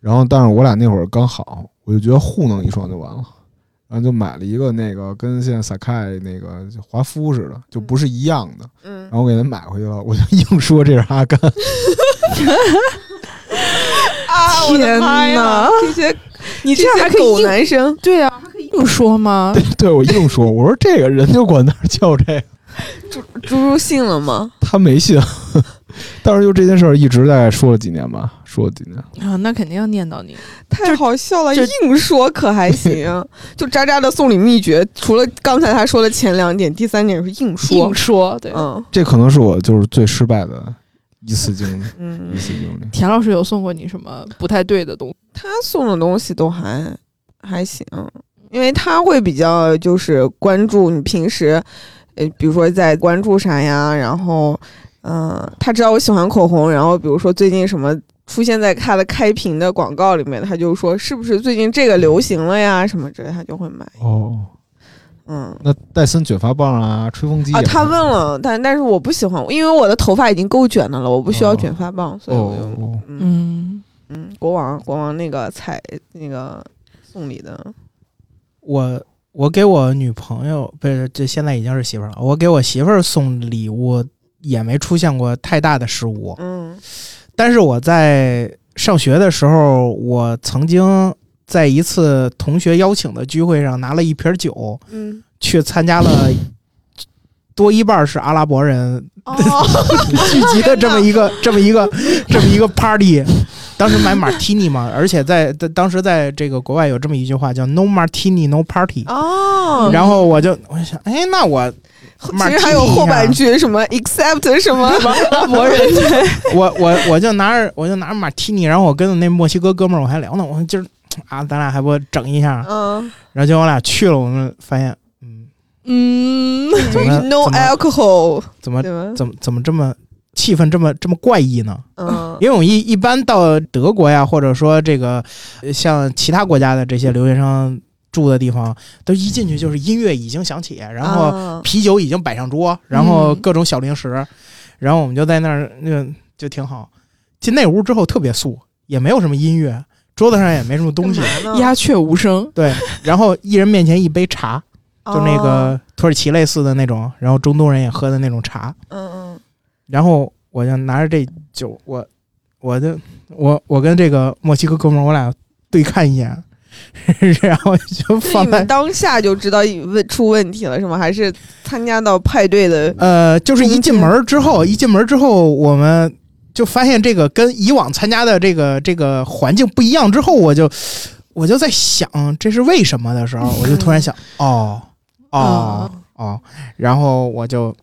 然后但是我俩那会儿刚好，我就觉得糊弄一双就完了。然后就买了一个那个跟现在 Sakai 那个华夫似的，就不是一样的，
嗯
然，后我给他买回去了，我就硬说这是阿甘，
啊，我的妈
天
呀
哪，
这些
你这样还
这
可
些
以
狗
硬
男生。
对啊，硬说吗？
[laughs] 对我硬说，我说这个人就管那儿叫这个，
猪猪信了吗？
他没信， [laughs] 但是就这件事儿一直在说了几年吧，说了几年。
啊，那肯定要念叨你。
太好笑了，
这
硬说可还行啊？就渣渣的送礼秘诀，除了刚才他说的前两点，第三点是硬说。
硬说，对。
嗯
这可能是我就是最失败的一次经历，
嗯
一，次经历。
田老师有送过你什么不太对的东西？
他送的东西都还还行，因为他会比较就是关注你平时，呃，比如说在关注啥呀，然后嗯、呃他知道我喜欢口红，然后比如说最近什么。出现在他的开屏的广告里面，他就说是不是最近这个流行了呀什么之类，他就会买。
哦，
嗯。
那戴森卷发棒啊，吹风机
啊，
也
他
不
问了，但但是我不喜欢，因为我的头发已经够卷的了，我不需要
哦
卷发棒，所以我
哦
用，
哦
嗯
嗯，
嗯，国王国王那个彩那个送礼的，
我我给我女朋友，不是这现在已经是媳妇儿了，我给我媳妇儿送礼物也没出现过太大的失误。
嗯
但是我在上学的时候，我曾经在一次同学邀请的聚会上拿了一瓶酒
嗯，
去参加了。多一半是阿拉伯人
[laughs] 哦，
聚集的这么一个、这么一个、这么一个 party，当时买马提尼嘛，而且在在当时在这个国外有这么一句话叫 “no martini no party”，
哦，
然后我就我就想，哎，那我
[laughs] 其实还有后半句什么 except 什么
阿伯人对，
啊我我我就拿着 [laughs] 我就拿着马提尼，然后我跟那墨西哥哥们儿我还聊呢，我说今儿啊，咱俩还不整一下？
嗯，
然后结果我俩去了，我们发现，嗯，
嗯，
[laughs]
怎么
no
怎么
alcohol
怎么
对吧？
怎么怎么这么气氛这么这么怪异呢？
嗯
因为我一一般到德国呀，或者说这个呃像其他国家的这些留学生住的地方，都一进去就是音乐已经响起， [laughs] 然后
啊
啤酒已经摆上桌，然后
嗯
各种小零食，然后我们就在那儿，那个就挺好。进那屋之后特别素，也没有什么音乐，桌子上也没什么东西。
干嘛呢
鸦雀无声，
对，然后一人面前一杯茶，就那
哦
个土耳其类似的那种，然后中东人也喝的那种茶。
嗯
然后我就拿着这酒，我我就我我跟这个墨西哥哥们儿，我俩对看一眼， [laughs] 然后就
嗯，就
放
你
在
们当下就知道问出问题了是吗？还是参加到派对的
呃，就是一
中
进
间
门儿之后，一进门儿之后，我们就发现这个跟以往参加的这个这个环境不一样。之后我就我就在想这是为什么的时候，我就突然想，哦哦哦，然后我就。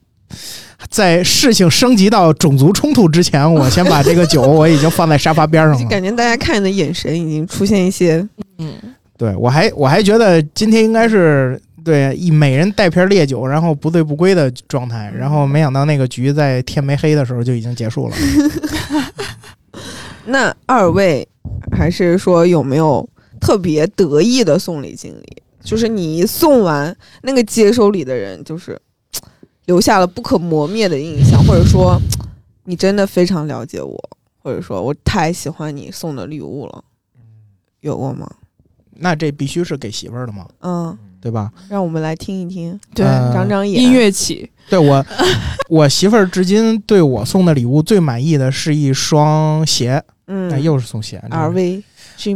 在事情升级到种族冲突之前，我先把这个酒我已经放在沙发边上
就
了。
感觉大家看你的眼神已经出现一些，
嗯，
对我还我还觉得今天应该是对一每人带瓶烈酒，然后不醉不归的状态。然后没想到那个局在天没黑的时候就已经结束了。
那二位还是说有没有特别得意的送礼经历？就是你一送完，那个接收礼的人就是嘖留下了不可磨灭的印象，或者说嘖你真的非常了解我，或者说我太喜欢你送的礼物了，有过吗？
那这必须是给媳妇儿的嘛，
嗯，
对吧？
让我们来听一听，
对，
呃
长长眼。
音乐起，
对我， [laughs] 我媳妇儿至今对我送的礼物最满意的是一双鞋，
嗯
哎，又是送鞋。
，LV，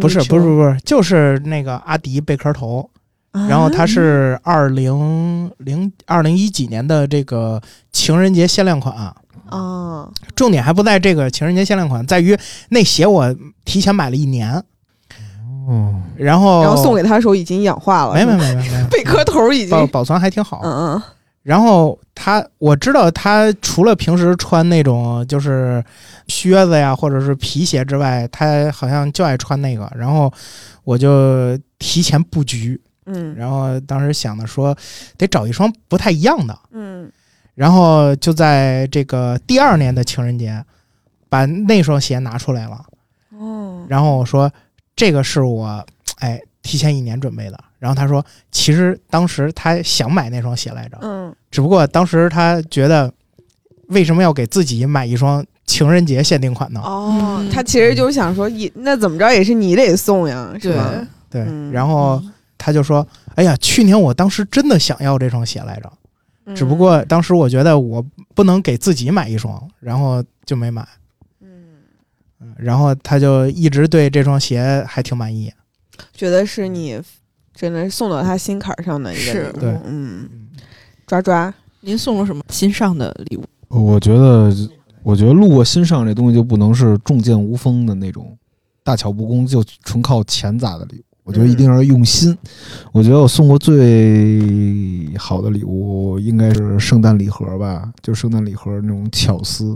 不是不是不是，就是那个阿迪贝壳头，
啊
然后它是二零零二零一几年的这个情人节限量款、
啊，
重点还不在这个情人节限量款，在于那鞋我提前买了一年，
哦，
然后
然后送给他的时候已经氧化了，
哦没没
是吗
没没没，
[laughs] 贝壳头已经，
保保存还挺好。
嗯嗯
然后他，我知道他除了平时穿那种就是靴子呀，或者是皮鞋之外，他好像就爱穿那个。然后我就提前布局，
嗯
然后当时想的说得找一双不太一样的。
嗯。
然后就在这个第二年的情人节，把那双鞋拿出来了。
哦，
然后我说这个是我哎提前一年准备的。然后他说，其实当时他想买那双鞋来着，
嗯，
只不过当时他觉得为什么要给自己买一双情人节限定款呢？
哦
嗯，
他其实就是想说，也那怎么着也是你得送呀，是
对，
吧？
对，
嗯
然后他就说：“哎呀，去年我当时真的想要这双鞋来着，
嗯
只不过当时我觉得我不能给自己买一双，然后就没买。
嗯，
嗯然后他就一直对这双鞋还挺满意。
嗯觉得是你真的送到他心坎儿上的一个
是
礼物
对
嗯，
嗯
抓抓，
您送了什么新上的礼物？
哦我觉得，我觉得路过心上这东西就不能是重剑无锋的那种，大巧不工，就纯靠钱砸的礼物。我觉得一
嗯
定要用心。我觉得我送过最好的礼物应该是圣诞礼盒吧，就圣诞礼盒那种巧思，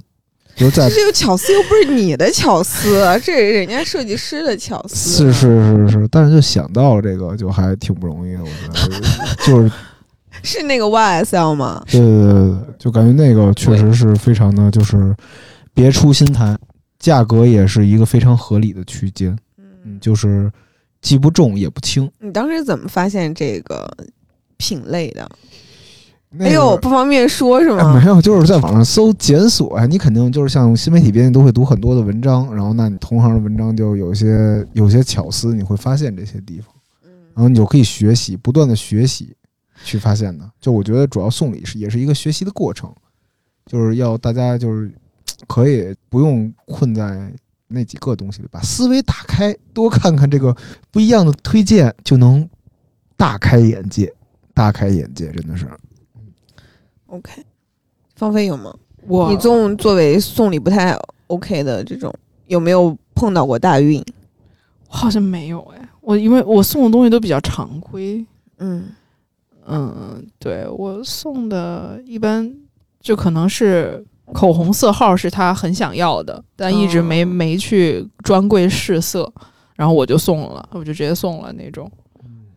就在
这 [laughs] 是又啊巧思又不是你的巧思， [laughs] 这是人家设计师的巧思，
是是是是，但是就想到这个就还挺不容易的，我觉得就是
是那个 YSL 吗？
对对对对，就感觉那个确实是非常的，就是别出心裁，价格也是一个非常合理的区间，嗯嗯，就是既不重也不轻。
你当时怎么发现这个品类的？
那
哎呦，
个
不方便说是
啊
吗
没？有，就是在网上搜检索啊，你肯定就是像新媒体编辑都会读很多的文章，然后那你同行的文章就有些有些巧思，你会发现这些地方，然后你就可以学习，不断的学习去发现的。就我觉得主要送礼是也是一个学习的过程，就是要大家就是可以不用困在那几个东西里，把思维打开，多看看这个不一样的推荐，就能大开眼界，大开眼界，真的是。
OK，芳菲有吗？
我
你总作为送礼不太 OK 的这种，有没有碰到过大运？
我好像没有哎，我因为我送的东西都比较常规，
嗯，
嗯，对我送的一般就可能是口红色号是他很想要的，但一直没、
哦
没去专柜试色，然后我就送了，我就直接送了那种，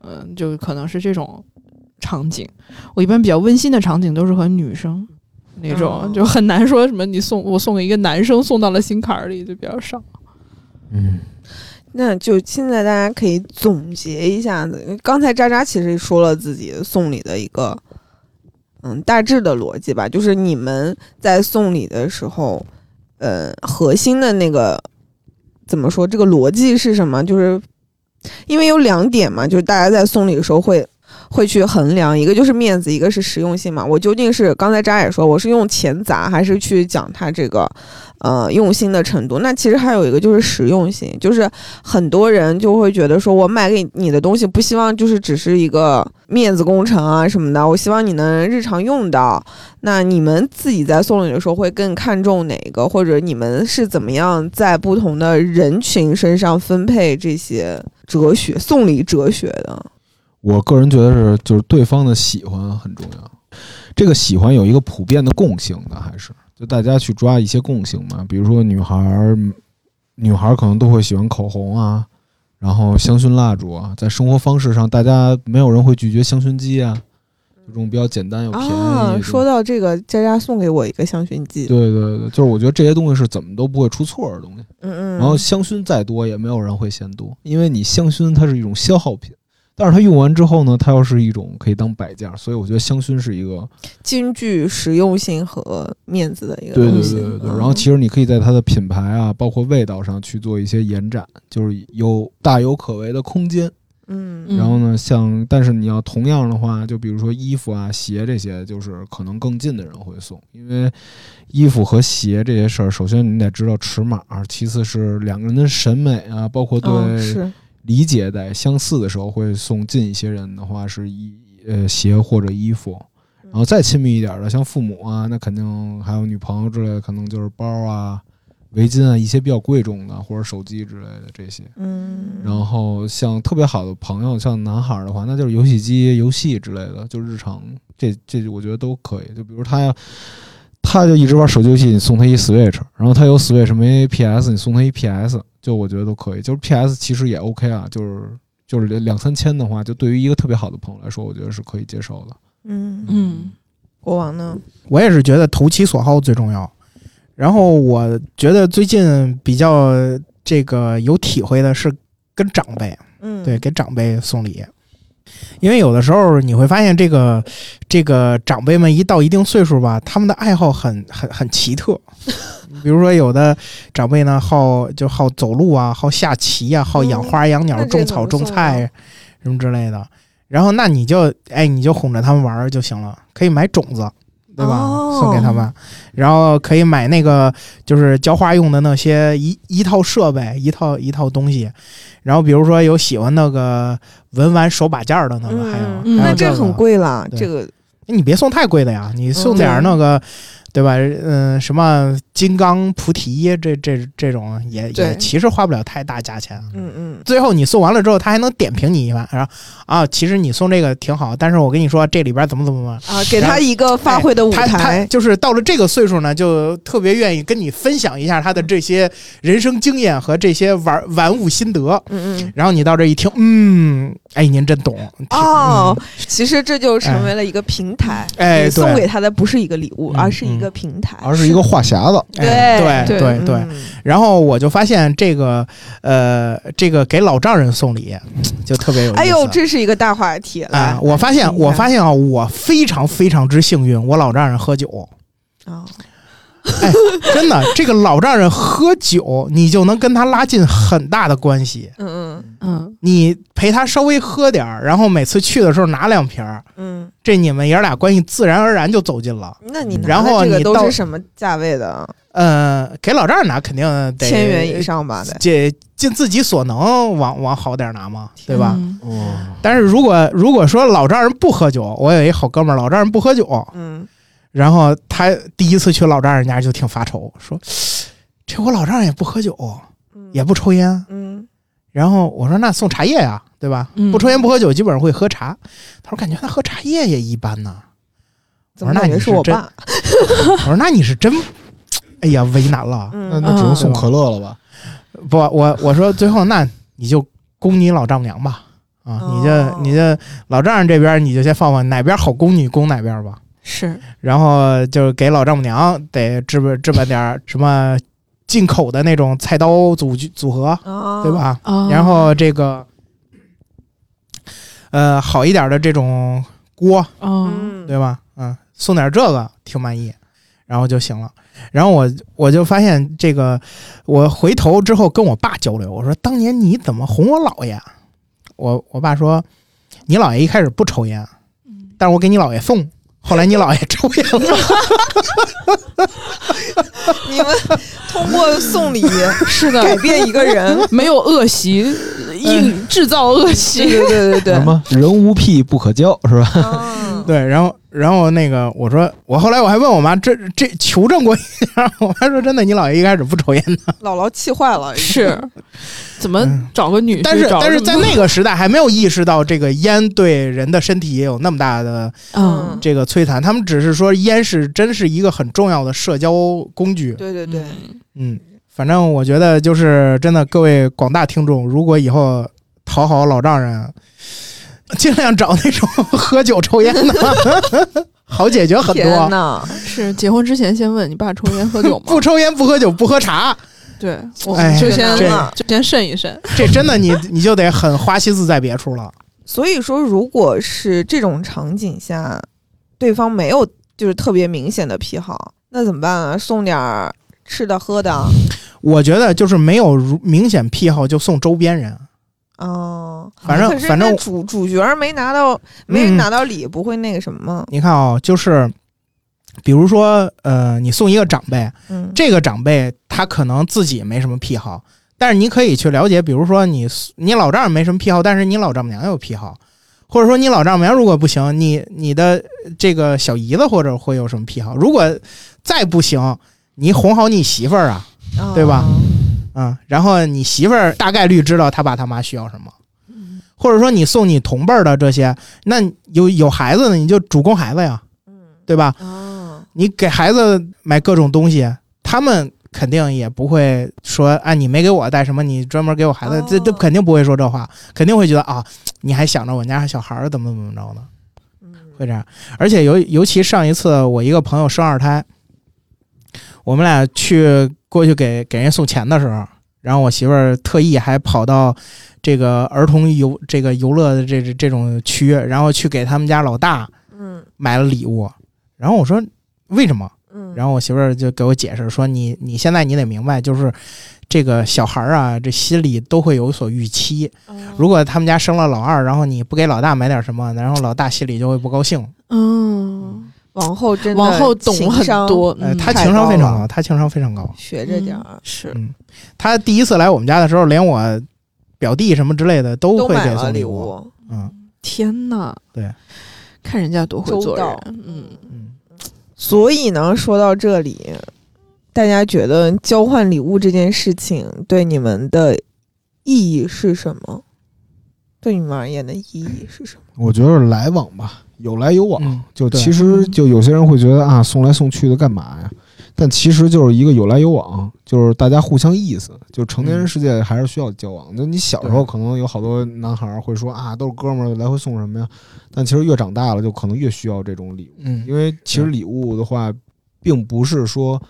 嗯，就可能是这种场景。我一般比较温馨的场景都是和女生那种，
哦
就很难说什么你送我送给一个男生送到了心坎儿里就比较少。
嗯，
那就现在大家可以总结一下子，刚才渣渣其实说了自己送礼的一个嗯大致的逻辑吧，就是你们在送礼的时候，呃，核心的那个怎么说，这个逻辑是什么？就是因为有两点嘛，就是大家在送礼的时候会。会去衡量，一个就是面子，一个是实用性嘛。我究竟是刚才渣也说，我是用钱砸，还是去讲他这个，呃，用心的程度？那其实还有一个就是实用性，就是很多人就会觉得说，我买给你的东西不希望就是只是一个面子工程啊什么的，我希望你能日常用到。那你们自己在送礼的时候会更看重哪个，或者你们是怎么样在不同的人群身上分配这些哲学送礼哲学的？
我个人觉得是，就是对方的喜欢很重要。这个喜欢有一个普遍的共性的，还是就大家去抓一些共性嘛？比如说女孩儿，女孩儿可能都会喜欢口红啊，然后香薰蜡烛啊，在生活方式上，大家没有人会拒绝香薰机啊，这种比较简单又便宜。
啊，说到这个，佳佳送给我一个香薰剂，
对对对，就是我觉得这些东西是怎么都不会出错的东西。
嗯嗯，
然后香薰再多也没有人会嫌多，因为你香薰它是一种消耗品，但是它用完之后呢，它又是一种可以当摆件儿，所以我觉得香薰是一个
兼具实用性和面子的一个
对
东
对
西。
对对对。
嗯
然后其实你可以在它的品牌啊，包括味道上去做一些延展，就是有大有可为的空间。
嗯
嗯
然后呢，像但是你要同样的话，就比如说衣服啊、鞋这些，就是可能更近的人会送，因为衣服和鞋这些事儿，首先你得知道尺码，其次是两个人的审美啊，包括对、
嗯是
理解在相似的时候会送近一些人的话是衣呃鞋或者衣服，然后再亲密一点的，像父母啊，那肯定还有女朋友之类的，可能就是包啊、围巾啊一些比较贵重的，或者手机之类的这些。
嗯，
然后像特别好的朋友，像男孩儿的话，那就是游戏机、游戏之类的，就日常这这我觉得都可以。就比如他要，他就一直玩手机游戏，你送他一 Switch，然后他有 Switch 没 PS，你送他一 PS，就我觉得都可以。就是 PS 其实也 OK 啊，就是就是两两三千的话，就对于一个特别好的朋友来说，我觉得是可以接受的。
嗯嗯，
嗯，
国王呢？
我也是觉得投其所好最重要。然后我觉得最近比较这个有体会的是跟长辈，
嗯，
对，，给长辈送礼。因为有的时候你会发现，这个这个长辈们一到一定岁数吧，他们的爱好很很很奇
[laughs]
特。比如说，有的长辈呢好就好走路啊，好下棋啊，好养花养鸟、
嗯那这
种
怎么
草种
送
菜什么之类的。然后，那你就哎，你就哄着他们玩儿就行了，可以买种子，对吧？
哦
送给他们，然后可以买那个就是浇花用的那些一一套设备，一套一套东西。然后比如说有喜欢那个文玩手把件儿的那个，还有、
嗯，
嗯
还
那
有
这
个
很，贵了，
对
这个
你别送太贵的呀，你送
嗯
点儿那个，对吧？嗯、什么金刚菩提这这这种也
对
也其实花不了太大价钱。
嗯嗯，
最后你送完了之后，他还能点评你一番，然后啊，其实你送这个挺好，但是我跟你说这里边怎么怎么怎么。
啊，给他一个发挥的舞
哎他他
台，嗯
就是到了这个岁数呢，就特别愿意跟你分享一下他的这些人生经验和这些玩玩物心得。
嗯嗯。
然后你到这一听，嗯，哎，您真懂挺
哦
嗯，
其实这就成为了一个平台，
哎
你送
对
给他的不是一个礼物，
嗯
而是一一个平台，
而是一个话匣子。
哎
对
对
对
对对，
嗯
然后我就发现这个，呃，这个给老丈人送礼就特别有意思。
哎呦，这是一个大话题了
啊！我发现，我发现啊，我非常非常之幸运，我老丈人喝酒，
啊，
真的，这个老丈人喝酒，你就能跟他拉近很大的关系。
嗯
嗯，
你陪他稍微喝点儿，然后每次去的时候拿两瓶儿，
嗯嗯，
这你们爷儿俩关系自然而然就走近了。
那你拿的
然后
这个
你
都
到
是什么价位的？
呃，给老丈人拿肯定得
千元以，上吧？得，
这尽自己所能往往好点儿拿嘛，对吧？
嗯
哦，
但是如果如果说老丈人不喝酒，我有一好哥们儿，老丈人不喝酒，
嗯，
然后他第一次去老丈人家就挺发愁，说这我老丈人也不喝酒，
嗯
也不抽烟。
嗯，
然后我说那送茶叶呀、对吧？
嗯
不抽烟不喝酒，基本上会喝茶。他说感觉他喝茶叶也一般呢。
怎么
我说那
感觉
你
是
是
我
真啊
爸？
我说那你是真，哎呀为难了。
那
嗯
那只能送可乐了吧？
不，我我说最后那你就供你老丈母娘吧。啊，你
哦
这你这老丈人这边你就先放放，哪边好供你供哪边吧。
是
然后就是给老丈母娘得置办置办点儿什么进口的那种菜刀组具组合，
啊，
对？吧？
啊，
然后这个呃好一点的这种锅，
嗯
嗯，
对吧？嗯，送点这个挺满意，然后就行了。然后我我就发现这个，我回头之后跟我爸交流，我说当年你怎么哄我姥爷？我我爸说，你姥爷一开始不抽烟，但是我给你姥爷送，后来你姥爷抽烟了。 [laughs]
你们
[laughs]
通过送礼
是的，
改变一个人，
没有恶习，硬制造恶
对
习。
对对对
什
对，
么人无癖不可交是吧？
啊
对，然后然后那个我说我后来我还问我妈这这求证过一下， [laughs] 我妈说真的，你姥爷一开始不抽烟的，
姥姥气坏了，
是，怎么
嗯
找个女婿？
但是
找
但是
这
在
么
那个时代还没有意识到这个烟对人的身体也有那么大的
嗯，
这个摧残，他们只是说烟是真是一个很重要的社交工具，
对对对，
嗯，反正我觉得就是真的，各位广大听众，如果以后讨好老丈人，尽量找那种喝酒抽烟的， [laughs] 好解决很
天
多。
呐，
是结婚之前先问你爸抽烟喝酒吗？
[laughs] 不抽烟，不喝酒，不喝
[laughs]
茶，
对，我
哎
就先
这
就先慎一慎。
这真的你你就得很花心思在别处了。
所以说，如果是这种场景下，对方没有就是特别明显的癖好，那怎么办啊？送点儿吃的喝的啊、
我觉得就是没有如明显癖好就送周边人，
哦
反正
可是
反正嗯
那主主角儿没拿到，没人拿到礼，不会那个什么吗？
你看啊、就是比如说呃，你送一个长辈，
嗯，
这个长辈他可能自己没什么癖好，但是你可以去了解，比如说你你老丈人没什么癖好，但是你老丈母娘有癖好，或者说你老丈母娘如果不行，你你的这个小姨子或者会有什么癖好，如果再不行，你哄好你媳妇儿啊，
哦
对吧？嗯，然后你媳妇儿大概率知道他爸他妈需要什么。或者说你送你同辈儿的这些，那有有孩子的你就主攻孩子呀，
嗯
对吧？
哦，
你给孩子买各种东西，他们肯定也不会说啊，你没给我带什么，你专门给我孩子，
哦
这这肯定不会说这话，肯定会觉得啊，你还想着我家小孩儿怎么怎么着呢，
嗯
会这样。而且尤尤其上一次我一个朋友生二胎，我们俩去过去给给人送钱的时候。然后我媳妇儿特意还跑到这个儿童游这个游乐的这这这种区，然后去给他们家老大
嗯
买了礼物。然后我说为什么？
嗯，
然后我媳妇儿就给我解释说你：“你现在你得明白，就是这个小孩儿啊，这心里都会有所预期。
嗯哦
如果他们家生了老二，然后你不给老大买点什么，然后老大心里就会不高兴。
嗯，
往后真的
往后懂
情
很
商
多。
呃，
嗯
他
太
情商
高
非常
了
高，他情商非常高。嗯
学着点儿。
是
他第一次来我们家的时候，连我表弟什么之类的
嗯
都
都
会
买
给
了
送
礼
物。
物，
嗯
天呐，
对，
看人家多会
周
做
到。
人，嗯，
嗯，
所以呢，说到这里，大家觉得交换礼物这件事情对你们的意义是什么？对你们而言的意义是什么？
我觉得是来往吧，有来有往。
嗯
就
对
其实就有些人会觉得啊，送来送去的干嘛呀？但其实就是一个有来有往，就是大家互相意思。就成年人
嗯
世界还是需要交往。就你小时候可能有好多男孩儿会说啊，都是哥们儿，来回送什么呀？但其实越长大了，就可能越需要这种礼物，
嗯
因为其实
对
礼物的话，并不是说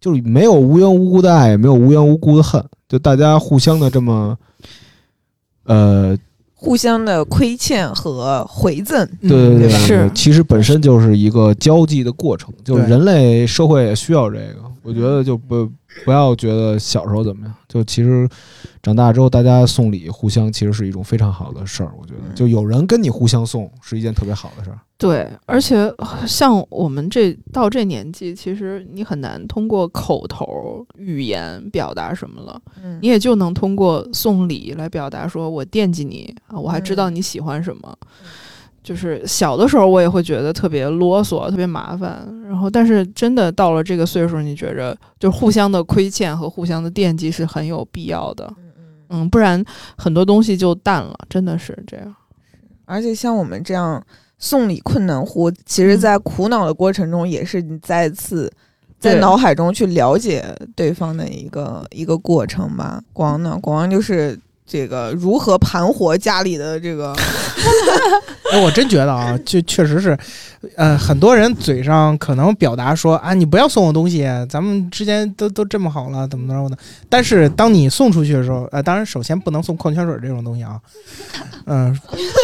就是没有无缘无故的爱，也没有无缘无故的恨，就大家互相的这么，呃，
互相的亏欠和回赠。
嗯
对对对，
吧
是
其实本身就是一个交际的过程，就是
对
人类社会也需要这个。我觉得就不不要觉得小时候怎么样，就其实长大之后大家送礼互相其实是一种非常好的事儿。我觉
嗯
得就有人跟你互相送是一件特别好的事儿。
嗯
对，而且像我们这到这年纪，其实你很难通过口头语言表达什么了，
嗯
你也就能通过送礼来表达，说我惦记你啊，我还知道你喜欢什么。就是小的时候，我也会觉得特别啰嗦，特别麻烦。然后，但是真的到了这个岁数，你觉着就互相的亏欠和互相的惦记是很有必要的。嗯，不然很多东西就淡了，真的是这样。
而且像我们这样送礼困难户，其实，在苦恼的过程中，也是你再次在
对
脑海中去了解对方的一个一个过程吧。国王呢，国王就是这个如何盘活家里的这个，
哎，我真觉得啊，就确实是，呃，很多人嘴上可能表达说啊，你不要送我东西，咱们之间都都这么好了，怎么着的？但是当你送出去的时候，呃，当然首先不能送矿泉水这种东西啊，嗯、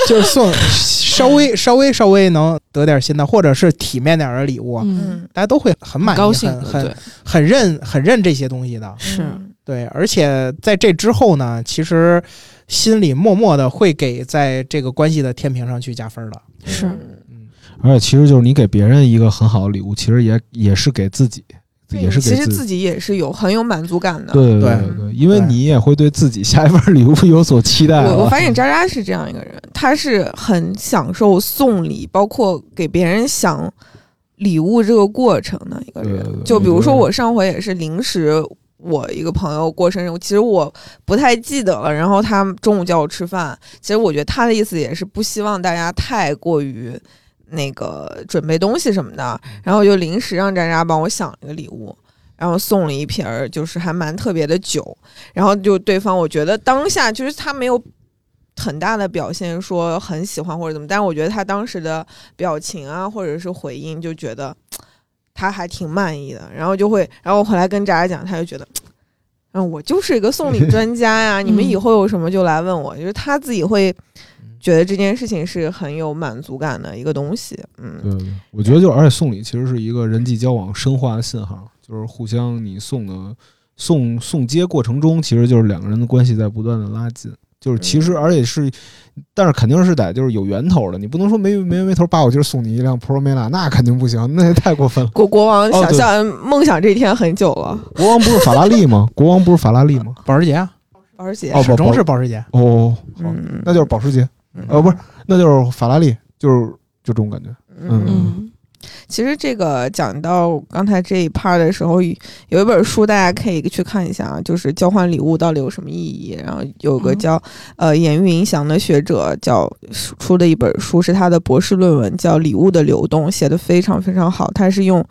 就是送稍微稍微稍微能得点心的，或者是体面点的礼物，
嗯，
大家都会很满意，
高兴
很
的
很
对，
很认很认这些东西的。
是
嗯
对，而且在这之后呢，其实心里默默的会给在这个关系的天平上去加分的。
是
嗯，
而且其实就是你给别人一个很好的礼物，其实也也是给自己，也是
其
给
实
自
自
己。
己也是有很有满足感的。
对
对
对对，因为你也会对自己下一份礼物有所期待啊
我我
了。
发现渣渣是这样一个人，他是很享受送礼，包括给别人想礼物这个过程的一个
对对
人。
对
就比
我
如
觉
说
得
我上回也是临时。我一个朋友过生日，我其实我不太记得了。然后他中午叫我吃饭，其实我觉得他的意思也是不希望大家太过于那个准备东西什么的。
嗯
然后我就临时让渣渣帮我想了一个礼物，然后送了一瓶儿就是还蛮特别的酒。然后就对方，我觉得当下其实他没有很大的表现说很喜欢或者怎么，但是我觉得他当时的表情啊，或者是回应，就觉得嘖他还挺满意的。然后就会，然后我回来跟渣渣讲，他就觉得。嘖嗯，我就是一个送礼专家呀！
嗯
你们以后有什么就来问我，就是他自己会
嗯
觉得这件事情是很有满足感的一个东西。嗯，
对对，对我觉得就是，而且送礼其实是一个人际交往深化的信号，就是互相你送的送送接过程中，其实就是两个人的关系在不断的拉近。就是其实，
嗯
而且是，但是肯定是得就是有源头的，你不能说没没没头，爸，我今儿送你一辆 p r o m e l a 那肯定不行，那也太过分了。
国国王
哦
想
对
象、梦想这一天很久了，
[laughs] 国王不是法拉利吗？国王不是法拉利吗？
保时捷啊，
保时捷
哦，
始
不
终
不
是保时捷。
哦，好，
嗯，
那就是保时捷，
嗯
呃，不是，那就是法拉利，就是就这种感觉。
嗯
嗯
嗯
其实这个讲到刚才这一 part 的时候，有一本书大家可以去看一下啊，就是交换礼物到底有什么意义。然后有个
嗯
叫、呃严云翔的学者叫出的一本书，是他的博士论文，叫《礼物的流动》，写的非常非常好。他是用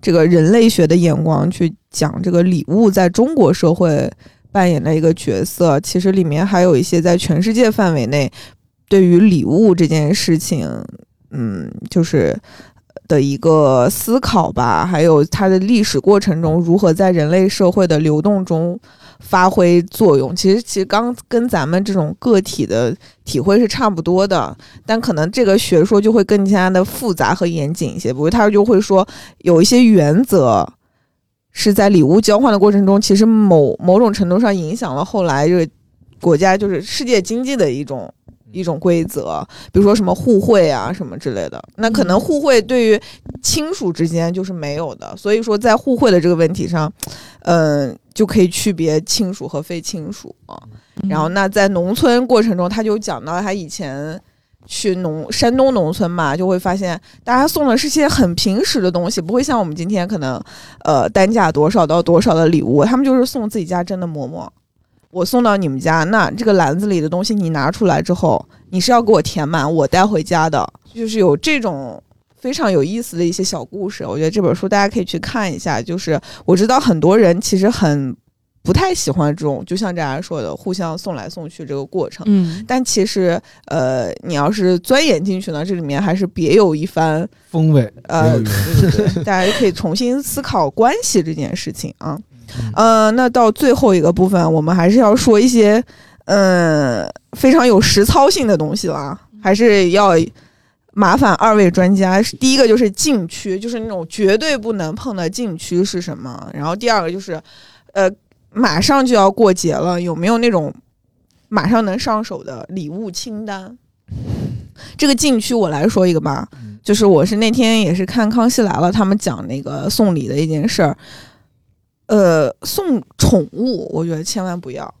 这个人类学的眼光去讲这个礼物在中国社会扮演的一个角色。其实里面还有一些在全世界范围内对于礼物这件事情，嗯，就是的一个思考吧，还有它的历史过程中如何在人类社会的流动中发挥作用。其实，其实刚跟咱们这种个体的体会是差不多的，但可能这个学说就会更加的复杂和严谨一些。比如，他就会说有一些原则。是在礼物交换的过程中，其实某某种程度上影响了后来这个国家就是世界经济的一种一种规则，比如说什么互惠啊什么之类的。那可能
嗯
互惠对于亲属之间就是没有的，所以说在互惠的这个问题上，嗯、就可以区别亲属和非亲属啊。
嗯
然后那在农村过程中，他就讲到他以前去农山东农村嘛，就会发现大家送的是些很平时的东西，不会像我们今天可能呃单价多少到多少的礼物，他们就是送自己家真的馍馍。我送到你们家，那这个篮子里的东西你拿出来之后，你是要给我填满，我带回家的，就是有这种非常有意思的一些小故事。我觉得这本书大家可以去看一下。就是我知道很多人其实很不太喜欢这种，就像大家说的，互相送来送去这个过程。
嗯，
但其实，呃，你要是钻研进去呢，这里面还是别有一番，
风味
呃，
没
对
有用
对对，大家可以重新思考关系这件事情啊。呃，那到最后一个部分，我们还是要说一些，嗯、非常有实操性的东西了啊，还是要麻烦二位专家。第一个就是禁区，就是那种绝对不能碰的禁区是什么？然后第二个就是，呃，马上就要过节了，有没有那种马上能上手的礼物清单？这个禁区我来说一个吧，就是我是那天也是看《康熙来了》，他们讲那个送礼的一件事儿，呃，送宠物，我觉得千万不要，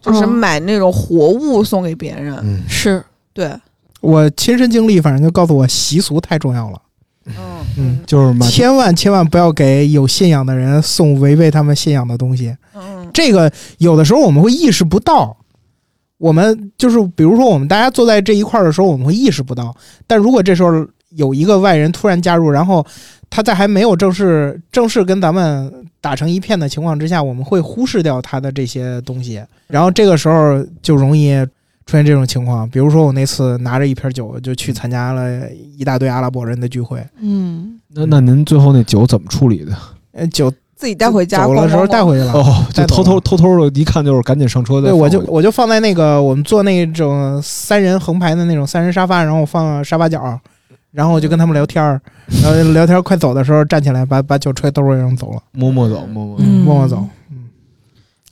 就是
嗯
买那种活物送给别人。
嗯，
是
对，
我亲身经历，反正就告诉我，习俗太重要了，
嗯
嗯
就是满
千万千万不要给有信仰的人送违背他们信仰的东西。
嗯
这个有的时候我们会意识不到，我们就是比如说我们大家坐在这一块儿的时候，我们会意识不到。但如果这时候有一个外人突然加入，然后他在还没有正式正式跟咱们打成一片的情况之下，我们会忽视掉他的这些东西，然后这个时候就容易。出现这种情况，比如说我那次拿着一瓶酒就去参加了一大堆阿拉伯人的聚会，
嗯，
那那您最后那酒怎么处理的？
呃，酒
自己带回家，
走了
咣
的时候
咣咣
带回去了，
哦，就
带走
偷偷
嗯了
偷偷的，一看就是赶紧上车再
对，
放
我
回去。
就我就放在那个我们坐那种三人横排的那种三人沙发，然后我放沙发角，然后我就跟他们聊天儿，然后聊天儿快走的时候站起来把把酒吹兜里然后走了，
摸摸走，摸摸走。
嗯
默默走。嗯，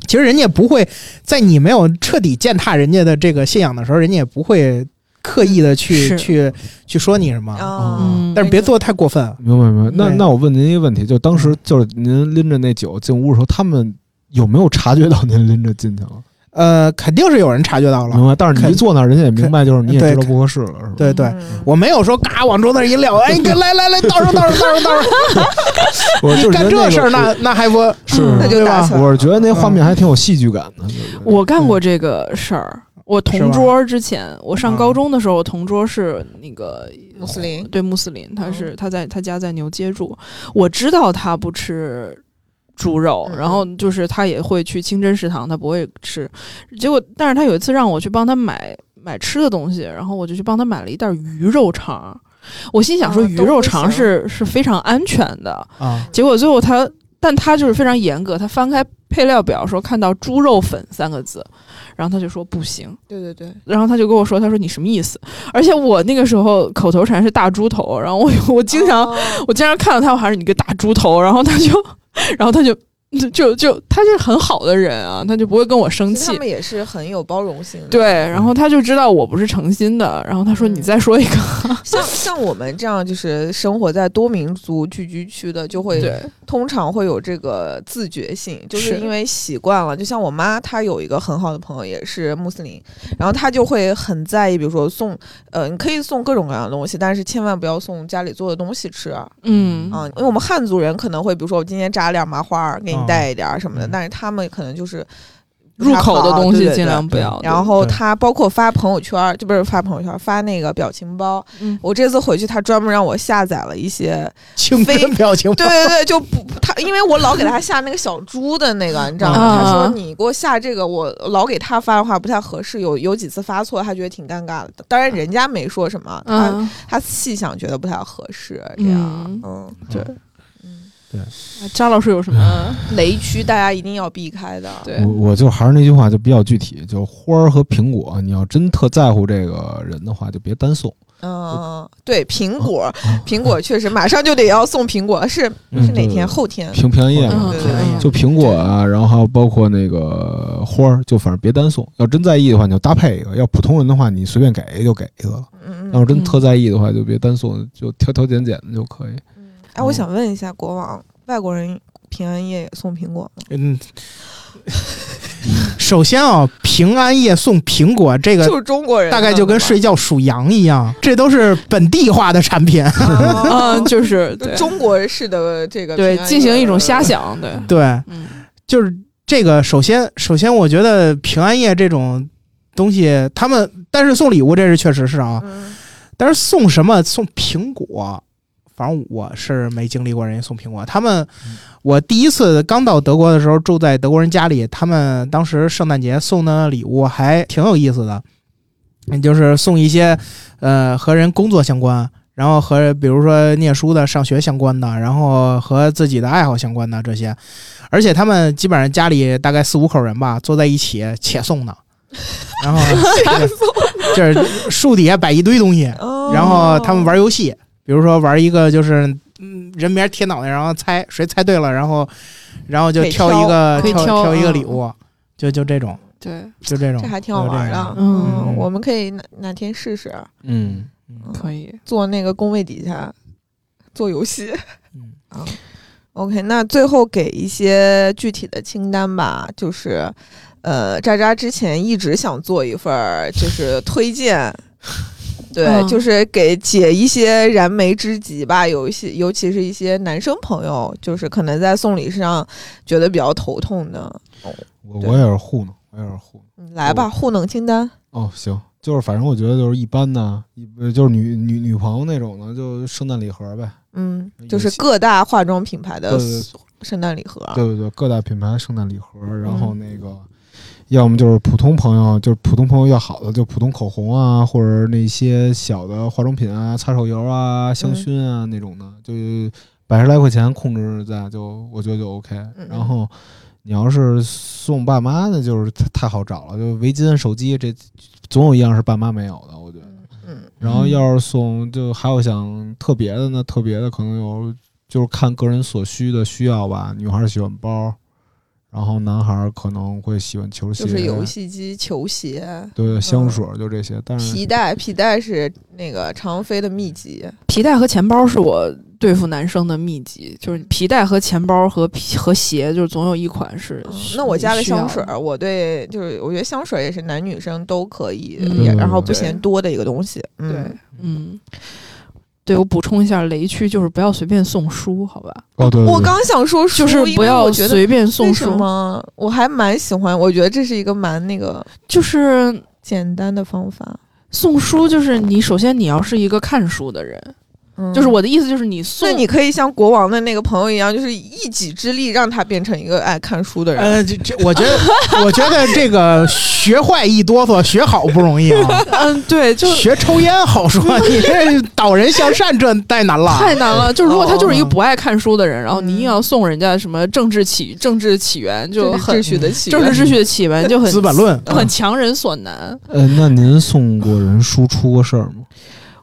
其实人家也不会在你没有彻底践踏人家的这个信仰的时候，人家也不会刻意的去
是
去去说你什么，
啊，
嗯
但是别做得太过分。
明白明白。那
对嗯
那我问您一个问题，就当时就是您拎着那酒进屋的时候，他们有没有察觉到您拎着进去了？
呃，肯定是有人察觉到了，
明白。但是你一
肯
坐那儿，人家也明白，就是你也
对
知道不合适了，是吧？
对对。
嗯
我没有说嘎往桌子上一撂，哎，你给来来来，倒上倒上倒上倒上，
我 [laughs] 就是觉
干
得那
这
个
事儿那
是
那还不
是
嗯
那就
对
打
吧
起来了。
我是觉得那画
嗯
面还挺有戏剧感的。对
嗯
不对
我干过这个事儿。我
是
同
吧
桌之前，我上
啊
高中的时候，我同桌是那个
穆斯林
对穆斯林，
哦
他是他在他家在牛街住，我知道他不吃猪肉，
嗯
然后就是他也会去清真食堂，他不会吃。结果，但是他有一次让我去帮他买买吃的东西，然后我就去帮他买了一袋鱼肉肠。我心想说
啊
鱼
都
肉
不
肠
行
是是非常安全的，
啊，
结果最后他，但他就是非常严格，他翻开配料表说看到猪肉粉三个字，然后他就说不行，
对对对，
然后他就跟我说，他说你什么意思？而且我那个时候口头禅是大猪头，然后我 [laughs] 我经常、
哦
我经常看到他，我还是你个大猪头，然后他就 [laughs] 然后他就。就就他是很好的人啊，他就不会跟我生
其实
气
他。们也是很有包容性的。
对，，然后他就知道我不是诚心的，然后他说
嗯
你再说一个。 [laughs]
像像我们这样就是生活在多民族聚居区的，就会
对，
通常会有这个自觉性，就是
是
因为习惯了。就像我妈，她有一个很好的朋友也是穆斯林，然后她就会很在意，比如说送，呃，你可以送各种各样的东西，但是千万不要送家里做的东西吃啊、
嗯，
因为我们汉族人可能会，比如说我今天炸两麻花儿给你
哦
带一点儿什么的，
嗯
但是他们可能就是
入口的东
对
西
对对
尽量不要。
然后
对
他包括发朋友圈儿，就不是发朋友圈儿，发那个表情包。
嗯
我这次回去，他专门让我下载了一些，
青春表情包
[laughs] 对对对，就不他，因为我老给他下那个小猪的那个，你知道吗？
啊
他说你给我下这个，我老给他发的话不太合适，有有几次发错，他觉得挺尴尬的。当然人家没说什么，他、
嗯，
他细想觉得不太合适，这样，
嗯
嗯，
对
嗯，
扎老师有什么？
雷区大家一定要避开的，
对
我我就还是那句话，就比较具体，就花儿和苹果，你要真特在乎这个人的话，就别单送。
嗯，对，苹果，苹果确实马上就得要送苹果，是
嗯
是哪
对
天？后天，
平平安夜嘛
嗯，
对对对
就苹果啊，然后还有包括那个花儿，就反正别单送。要真在意的话，你就搭配一个；要普通人的话，你随便给一个就给一个了。
嗯
要
嗯
是真特在意的话，就别单送，就挑挑拣拣的就可以。
嗯。哎，我想问一下国王，外国人平安夜也送苹果吗？
嗯，首先啊，平安夜送苹果这个
就是中国人
大概就跟
[laughs]
睡觉数羊一样，这都是本地化的产品。 [laughs]
嗯，
嗯，
[laughs] 就是
就
对
中国式的这个
对
平安夜
进行一种瞎。想，对，
对，
嗯
就是这个。首先，首先我觉得平安夜这种东西，他们但是送礼物这是确实是啊，
嗯
但是送什么送苹果，反正我是没经历过人家送苹果。他们，我第一次刚到德国的时候住在德国人家里，他们当时圣诞节送的礼物还挺有意思的，就是送一些呃和人工作相关，然后和比如说念书的、上学相关的，然后和自己的爱好相关的这些。而且他们基本上家里大概四五口人吧，坐在一起且送呢。然后就是就是树底下摆一堆东西，
哦
然后他们玩游戏，比如说玩一个就是嗯人名贴脑袋，然后猜谁猜对了，然后然后就
可以
挑一个
可以
挑
挑
一个
嗯
礼物，就就这种
对，
就这种，
这还挺好
就这
玩
样
的。
嗯
嗯，我们可以哪哪天试试
嗯，
可以。
坐那个工位底下做游戏。
嗯
OK，那最后给一些具体的清单吧，就是，呃，渣渣之前一直想做一份儿，就是推
[laughs]
荐，对，
嗯
就是给解一些燃眉之急吧。有一些，尤其是一些男生朋友，就是可能在送礼上觉得比较头痛的，
我
对
我也是糊弄，我也是糊弄。
嗯来吧，
我
糊弄清单。
哦，行，就是反正我觉得就是一般的，一呃就是女女女朋友那种的，就圣诞礼盒呗。
嗯
有，
就是
些
各大化妆品牌的
对对
圣诞礼盒。啊
对对对，各大品牌的圣诞礼盒，
嗯
然后那个。要么就是普通朋友，就是普通朋友要好的，就普通口红啊，或者那些小的化妆品啊、擦手油啊、香薰啊、那种的，就百十来块钱控制在，就我觉得就 OK
嗯。
然后你要是送爸妈那就是太太好找了，就围巾、手机这总有一样是爸妈没有的，我觉得。
嗯，
然后要是送，就还有想特别的呢，特别的可能有，就是看个人所需的需要吧。女孩儿喜欢包，然后男孩儿可能会喜欢球鞋，啊
就是游戏机、球鞋、
对香水
嗯
儿就这些。但是
皮带，皮带是那个常飞的秘籍。
皮带和钱包是我对付男生的秘籍，就是皮带和钱包和皮和鞋，就是总有一款是
嗯。
是
那我加个
需要
香
的
水儿，我对就是我觉得香水儿也是男女生都可以，
嗯
也然后不
对
嫌多的一个东西。嗯
对，嗯，对我补充一下，雷区就是不要随便送书，好吧？
哦，对对对
我刚想说书，
就是
因
不
为
要
我觉得
随便送
为什
书，
么我还蛮喜欢，我觉得这是一个蛮那个
就是
简单的方法。
送书，就是你首先你要是一个看书的人，
嗯，
就是我的意思就是你送
那你可以像国王的那个朋友一样，就是一己之力让他变成一个爱看书的人。
哎
呃，这这，我觉
[laughs]
得，我觉得这个学坏一哆嗦，学好不容易啊。
嗯
[laughs]
对， [laughs] 就
学抽烟好说，你这导人向善这太难了。
太难了。就如果他就是一个
哦嗯
不爱看书的人，然后你硬要送人家什么政治起政治起源，
这
就
是
很
秩序的起
政
源。
治秩序的起源就很
《资本论》
很强人所难。
呃，那您送过人书出过事儿吗？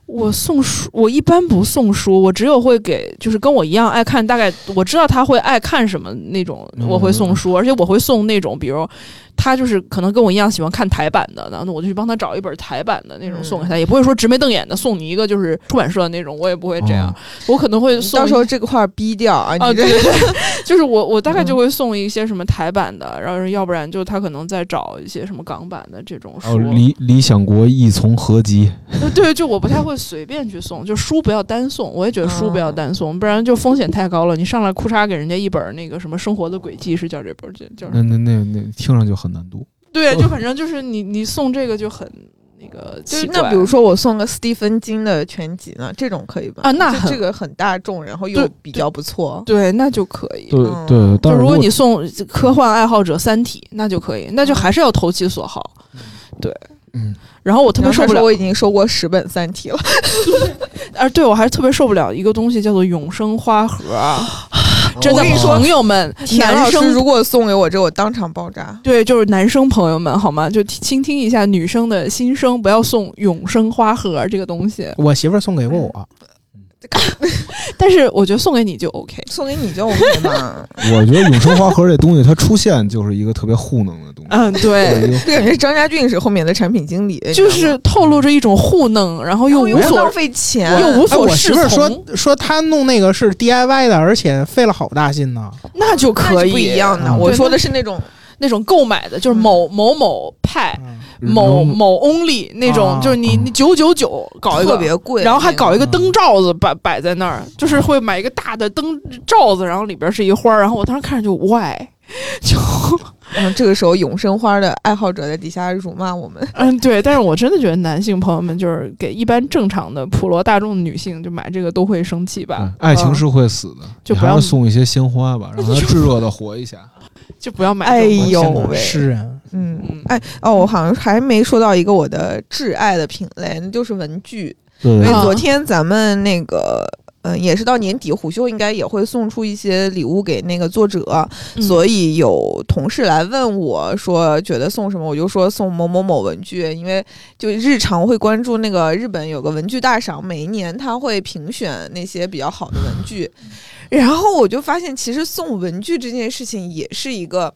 我送书，我一般不送书，我只有会给，就是跟我一样爱看，大概我知道他会爱看什么那种，
嗯
我会送书，而且我会送那种，比如他就是可能跟我一样喜欢看台版的，那那我就去帮他找一本台版的那种
嗯
送给他，也不会说直眉瞪眼的送你一个就是出版社的那种，我也不会这样，
哦
我可能会
你
送
到
一
时候这块儿逼掉啊！
啊，
你
对
这嗯
对
[laughs]
对，就是我我大概就会送一些什么台版的，然后要不然就他可能再找一些什么港版的这
哦
种
还有
书，
理理哦想国一从合集，
呃对，就我不太会随便去送，就书不要单送，我也觉得书
哦
不要单送，不然就风险太高了。你上来裤衩给人家一本儿那个什么《生活的轨迹》是叫这本儿，叫叫
嗯
那那那那听上去很难读。
对，啊
哦
就反正就是你你送这个就很那个
就
奇
是
怪。
那比如说我送个斯蒂芬金的全集呢，这种可以吧？
啊那
就
很
这个很大众，然后
对
又比较不错。
对，那就可以。
对
嗯
对，
哦就
但
是如
果
果你送科幻爱好者《三体》，那就可以，
嗯
那就还是要投其所好。对，
嗯，
然后我特别
然后
受
他
不
说
了，
我已经收过十本《三体》了，
而对我还是特别受不了一个东西叫做永生花盒啊，
[gasps]
真的
我跟你说
朋友们，
田
男
老师
啊生
如果送给我这，我当场爆炸。
对，就是男生朋友们，好吗？就听倾听一下女生的心声，不要送永生花盒啊这个东西。
我媳妇儿送给过我，
但是我觉 [laughs] 得送给你就 OK。
送给你就 OK [laughs] 吧？
[laughs] 我觉得永生花盒这东西，它出现就是一个特别糊弄的东西。
嗯，对，
对，一个
这感觉张家俊是后面的产品经理，
就是透露着一种糊弄，然后又
哦又
无所
浪费钱，
又无
哎，
所
我媳
适
妇儿
从，
说说她弄那个是 DIY 的，而且费了好大劲呢。
那就可
那
以
是不一样的。
嗯
我
对
说
那
的嗯是那种
那种购买的，就是某某某派、
嗯
某某 only 那种，
啊
就是你你九九九搞一
嗯特
个。
别贵，
然后还搞一个
嗯
灯罩子摆摆在那儿，就是会 [laughs] 买一个大的灯罩子，然后里边是一花儿。然后我当时看着就 why，就
然后这个时候永生花的爱好者在底下辱骂我们。
嗯，对，但是我真的觉得男性朋友们就是给一般正常的普罗大众的女性就买这个都会生气吧
嗯，爱情是会死
嗯
的，
就
你
不
还
要
要送一些鲜花
[laughs]
吧，让它炙热的活一下。
就不要买
哎
这种。
呦
天哪
喂
诗人，
嗯
嗯，
哎哦，我好像还没说到一个我的挚爱的品类，那就是文具。
对
因为
啊
昨天咱们那个。嗯，也是到年底，虎嗅应该也会送出一些礼物给那个作者，
嗯
所以有同事来问我说，觉得送什么，我就说送某某某文具，因为就日常会关注那个日本有个文具大赏，每一年他会评选那些比较好的文具，然后我就发现，其实送文具这件事情也是一个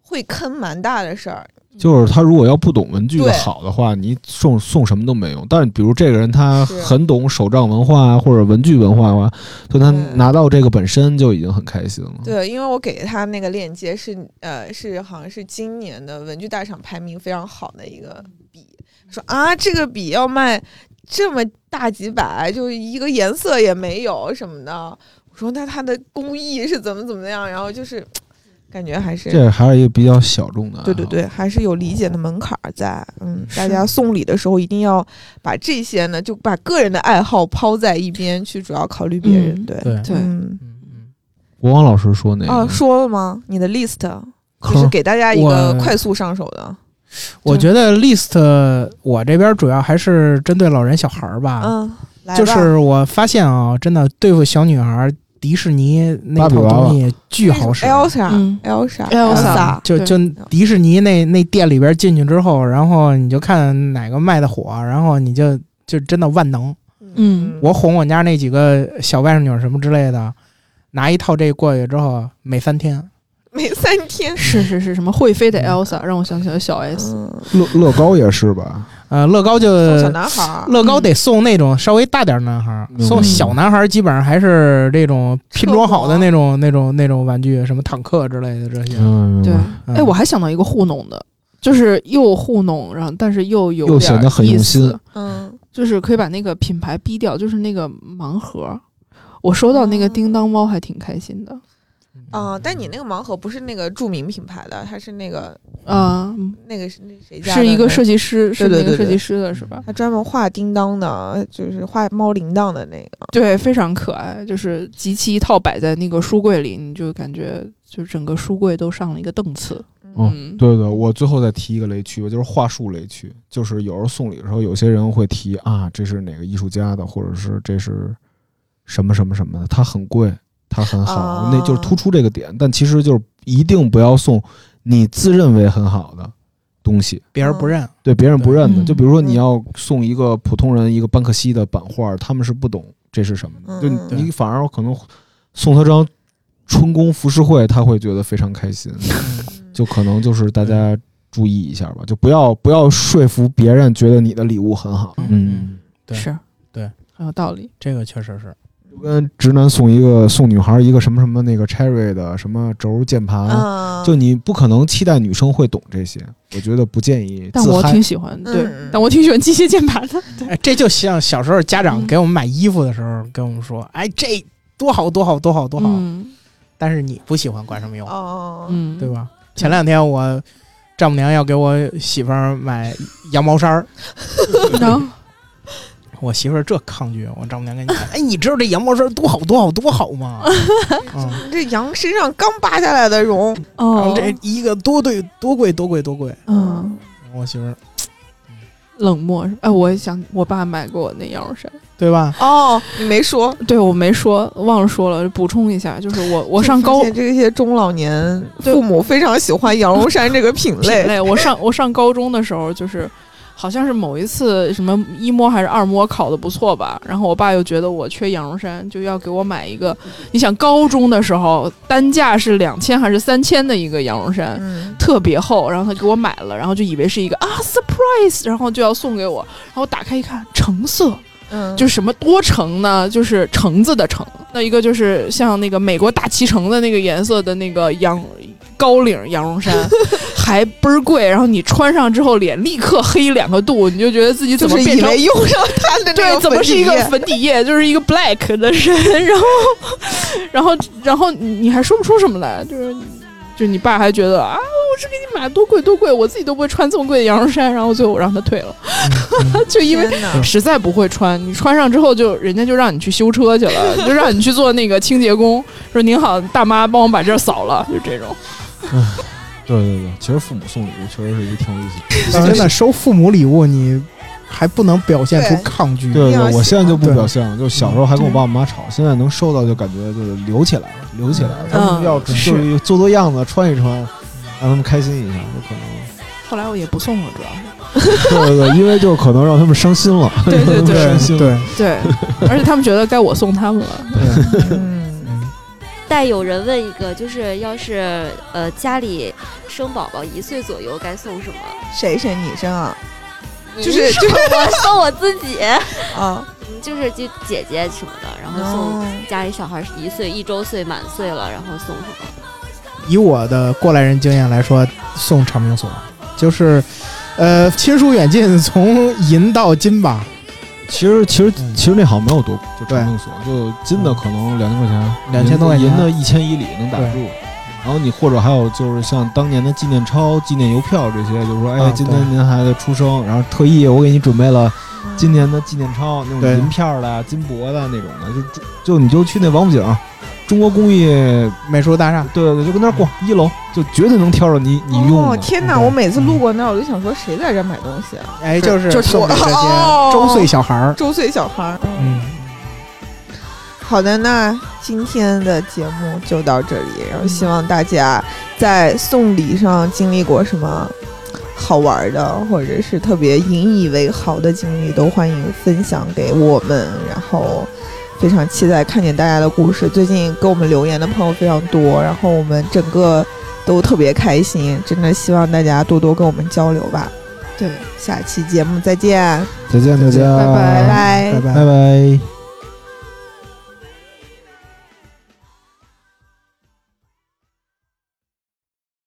会坑蛮大的事儿，
就是他如果要不懂文具的
对
好的话，你送送什么都没用。但是比如这个人他
是
很懂手账文化啊，或者文具文化的话，就他
嗯
拿到这个本身就已经很开心了。
对，因为我给他那个链接是呃是好像是今年的文具大赏排名非常好的一个笔，说啊这个笔要卖这么大几百，就一个颜色也没有什么的。我说那它的工艺是怎么怎么样？然后就是感觉还是
这还是一个比较小众的爱好。啊
对对对，还是有理解的门槛儿在。嗯，大
是
家送礼的时候一定要把这些呢，就把个人的爱好抛在一边去，主要考虑别人。
嗯
对，
对，
嗯，
对
嗯嗯，
国王老师说那个
啊，说了吗？你的 list。就
坑
是给大家一个
我
快速上手的，
我觉得 list 我这边主要还是针对老人小孩儿吧，
嗯，来吧
啊就是我发现啊，真的对付小女孩儿，迪士尼那
芭比
套
娃娃
东西巨好使。嗯
嗯
Elsa，Elsa，Elsa，
Elsa
就就迪士尼那那店里边进去之后，然后你就看哪个卖的火，然后你就就真的万能。
嗯
我哄我家那几个小外甥女儿什么之类的，拿一套这过去之后，每三天
每三
[laughs]
天，
是是是什么会
嗯
飞的 Elsa 让我想起了小 S，
嗯，
乐乐高也是吧？
呃，乐高就
送小男孩儿，
乐高
嗯
得送那种稍微大点儿男孩儿，
嗯
送小男孩儿基本上还是这种拼装好的那种、那种、那种玩具，什么坦克之类的这些。
嗯，
对，
嗯
哎，我还想到一个糊弄的，就是又糊弄，然后但是又有
又
点
显得很
意
用
思
心，
嗯，
就是可以把那个品牌逼掉，就是那个盲盒。我收到那
哦
个叮当猫还挺开心的，
啊，但你那个盲盒不是那个著名品牌的，它是那个
啊，
那个是那嗯谁家的
是一个
那
设计师，是
对对
那
嗯
个设
对
计师的是吧？
他专门画叮当的，就是画猫铃铛的那个，
对，非常可爱，就是集齐一套摆在那个书柜里，你就感觉就整个书柜都上了一个档次。
哦
嗯，
对对，我最后再提一个雷区吧，就是话术雷区，就是有时候送礼的时候，有些人会提啊，这是哪个艺术家的，或者是这是什么什么什么的，它很贵，它很好，
啊
那就是突出这个点。但其实就是一定不要送你自认为很好的东西，
别人不认，
对别人不认的。
嗯
就比如说你要送一个普通人一个班克西的版画，他们是不懂这是什么的，就
嗯
你你反而可能送他张春宫浮世绘，他会觉得非常开心。
嗯
嗯
就可能就是大家注意一下吧，就不要不要说服别人觉得你的礼物很好。
嗯，对
是，
对，
很有道理。
这个确实是。
就跟直男送一个送女孩一个什么什么那个 Cherry 的什么轴键盘，
啊，
就你不可能期待女生会懂这些，我觉得不建议
但
自
我
嗨
挺喜欢，对，
嗯
但我挺喜欢机械键盘的。
哎，这就像小时候家长
嗯
给我们买衣服的时候跟我们说，哎，这多好多好多好 [laughs] 多好，
嗯
但是你不喜欢管什么用，
哦，
嗯，
对？吧？前两天我丈母娘要给我媳妇儿买羊毛衫儿，
然后
我媳妇儿这抗拒，我丈母娘跟你讲，哎，你知道这羊毛衫多好多好多好吗？嗯，
这羊身上刚拔下来的绒，
然后
哦，
这一个多对多贵多贵多贵，
嗯，
我媳妇儿
冷漠是吧。哎，我也想我爸买过我那羊绒衫，
对吧？
哦，你没说，
对我没说，忘了说了，补充一下，就是
[laughs]
我我上高
就发现这些中老年
对
父母非常喜欢羊绒衫这个品
[laughs] 品
类，
类。我上 [laughs] 我上高中的时候，就是好像是某一次什么一模还是二模考的不错吧，然后我爸又觉得我缺羊绒衫，就要给我买一个。
嗯
你想高中的时候单价是两千还是三千的一个羊绒衫，
嗯，
特别厚，然后他给我买了，然后就以为是一个啊 surprise，然后就要送给我，然后打开一看，橙色，
嗯，
就是什么多橙呢？就是橙子的橙，那一个就是像那个美国大旗橙的那个颜色的那个羊高领羊绒衫，
啊 [laughs]
还倍儿贵。然后你穿上之后，脸立刻黑两个度，你就觉得自己
就
怎么
是
变
以
成
为用 [laughs] 上它的那
对，
个
怎么
粉
是
底
一个
液
粉底液，就是一个 [laughs] black 的人，然后，然后，然后你你还说不出什么来，就是就你爸还觉得啊，我这给你买多贵多贵，我自己都不会穿这么贵的羊绒衫，然后最后我让他退了， [laughs] 就因为
天
[laughs] 嗯
哪
实在不会穿，你穿上之后就人家就让你去修车去了，就让你去做那个清洁工，说您好，大妈帮我把这儿扫了，就这种。
对对对，其实父母送礼物确实是一挺有意思的。
但真的收父母礼物，你还不能表现出
对
抗拒。
对
一定要
对，我
喜
现在就
欢
不
对
表现了，就小时候还跟我爸我妈吵，现在能收到就感觉就是留起来了，留起来了。他们
嗯
要就是
是
做做样子，穿一穿，让他们开心一下，就可能。
后来我也不送了，主要是
[laughs] 对对对，因为就可能让他们伤心了。
对对对
伤心
对
了。
对，
对，而且他们觉得该我送他们了。
嗯，
但有人问一个，就是要是呃家里生宝宝一岁左右该送 [laughs] 什么？
谁谁你生啊？
就是就是
[laughs]
我送我自己，
啊，
嗯 [laughs] 就是就姐姐什么的，然后送
哦
家里小孩是一岁一周岁满岁了，然后送什么？
以我的过来人经验来说，送长命锁就是，呃，亲疏远近，从银到金吧。
其实其实
嗯
其实那好像没有多，就
对
长命锁，就金的可能两千块钱，
2000多块钱
银的一千一里能打
对
住。然后你或者还有就是像当年的纪念钞、纪念邮票这些，就是说，哎
啊，
今
对
天您孩子出生，然后特意我给你准备了今年的纪念钞，那种
对
银片的、金箔的那种的，就就就你就去那王府井中国工艺，
美术大厦，
对对对，就跟那儿逛
嗯
一楼，就绝对能挑着你你用
哦，
的。
天哪！
对
我每次路过那儿，我就想说，谁在这儿买东西啊？
哎，
是
就是
就是
送给这
哦
些周岁小孩儿。
周岁小孩儿。
嗯，
好的，那今天的节目就到这里，然后希望大家在送礼上经历过什么好玩的，或者是特别引以为豪的经历，都欢迎分享给我们。然后非常期待看见大家的故事。最近给我们留言的朋友非常多，然后我们整个都特别开心，真的希望大家多多跟我们交流吧。对，下期节目再见，
再见，再见，
拜
拜
拜
拜。
拜拜。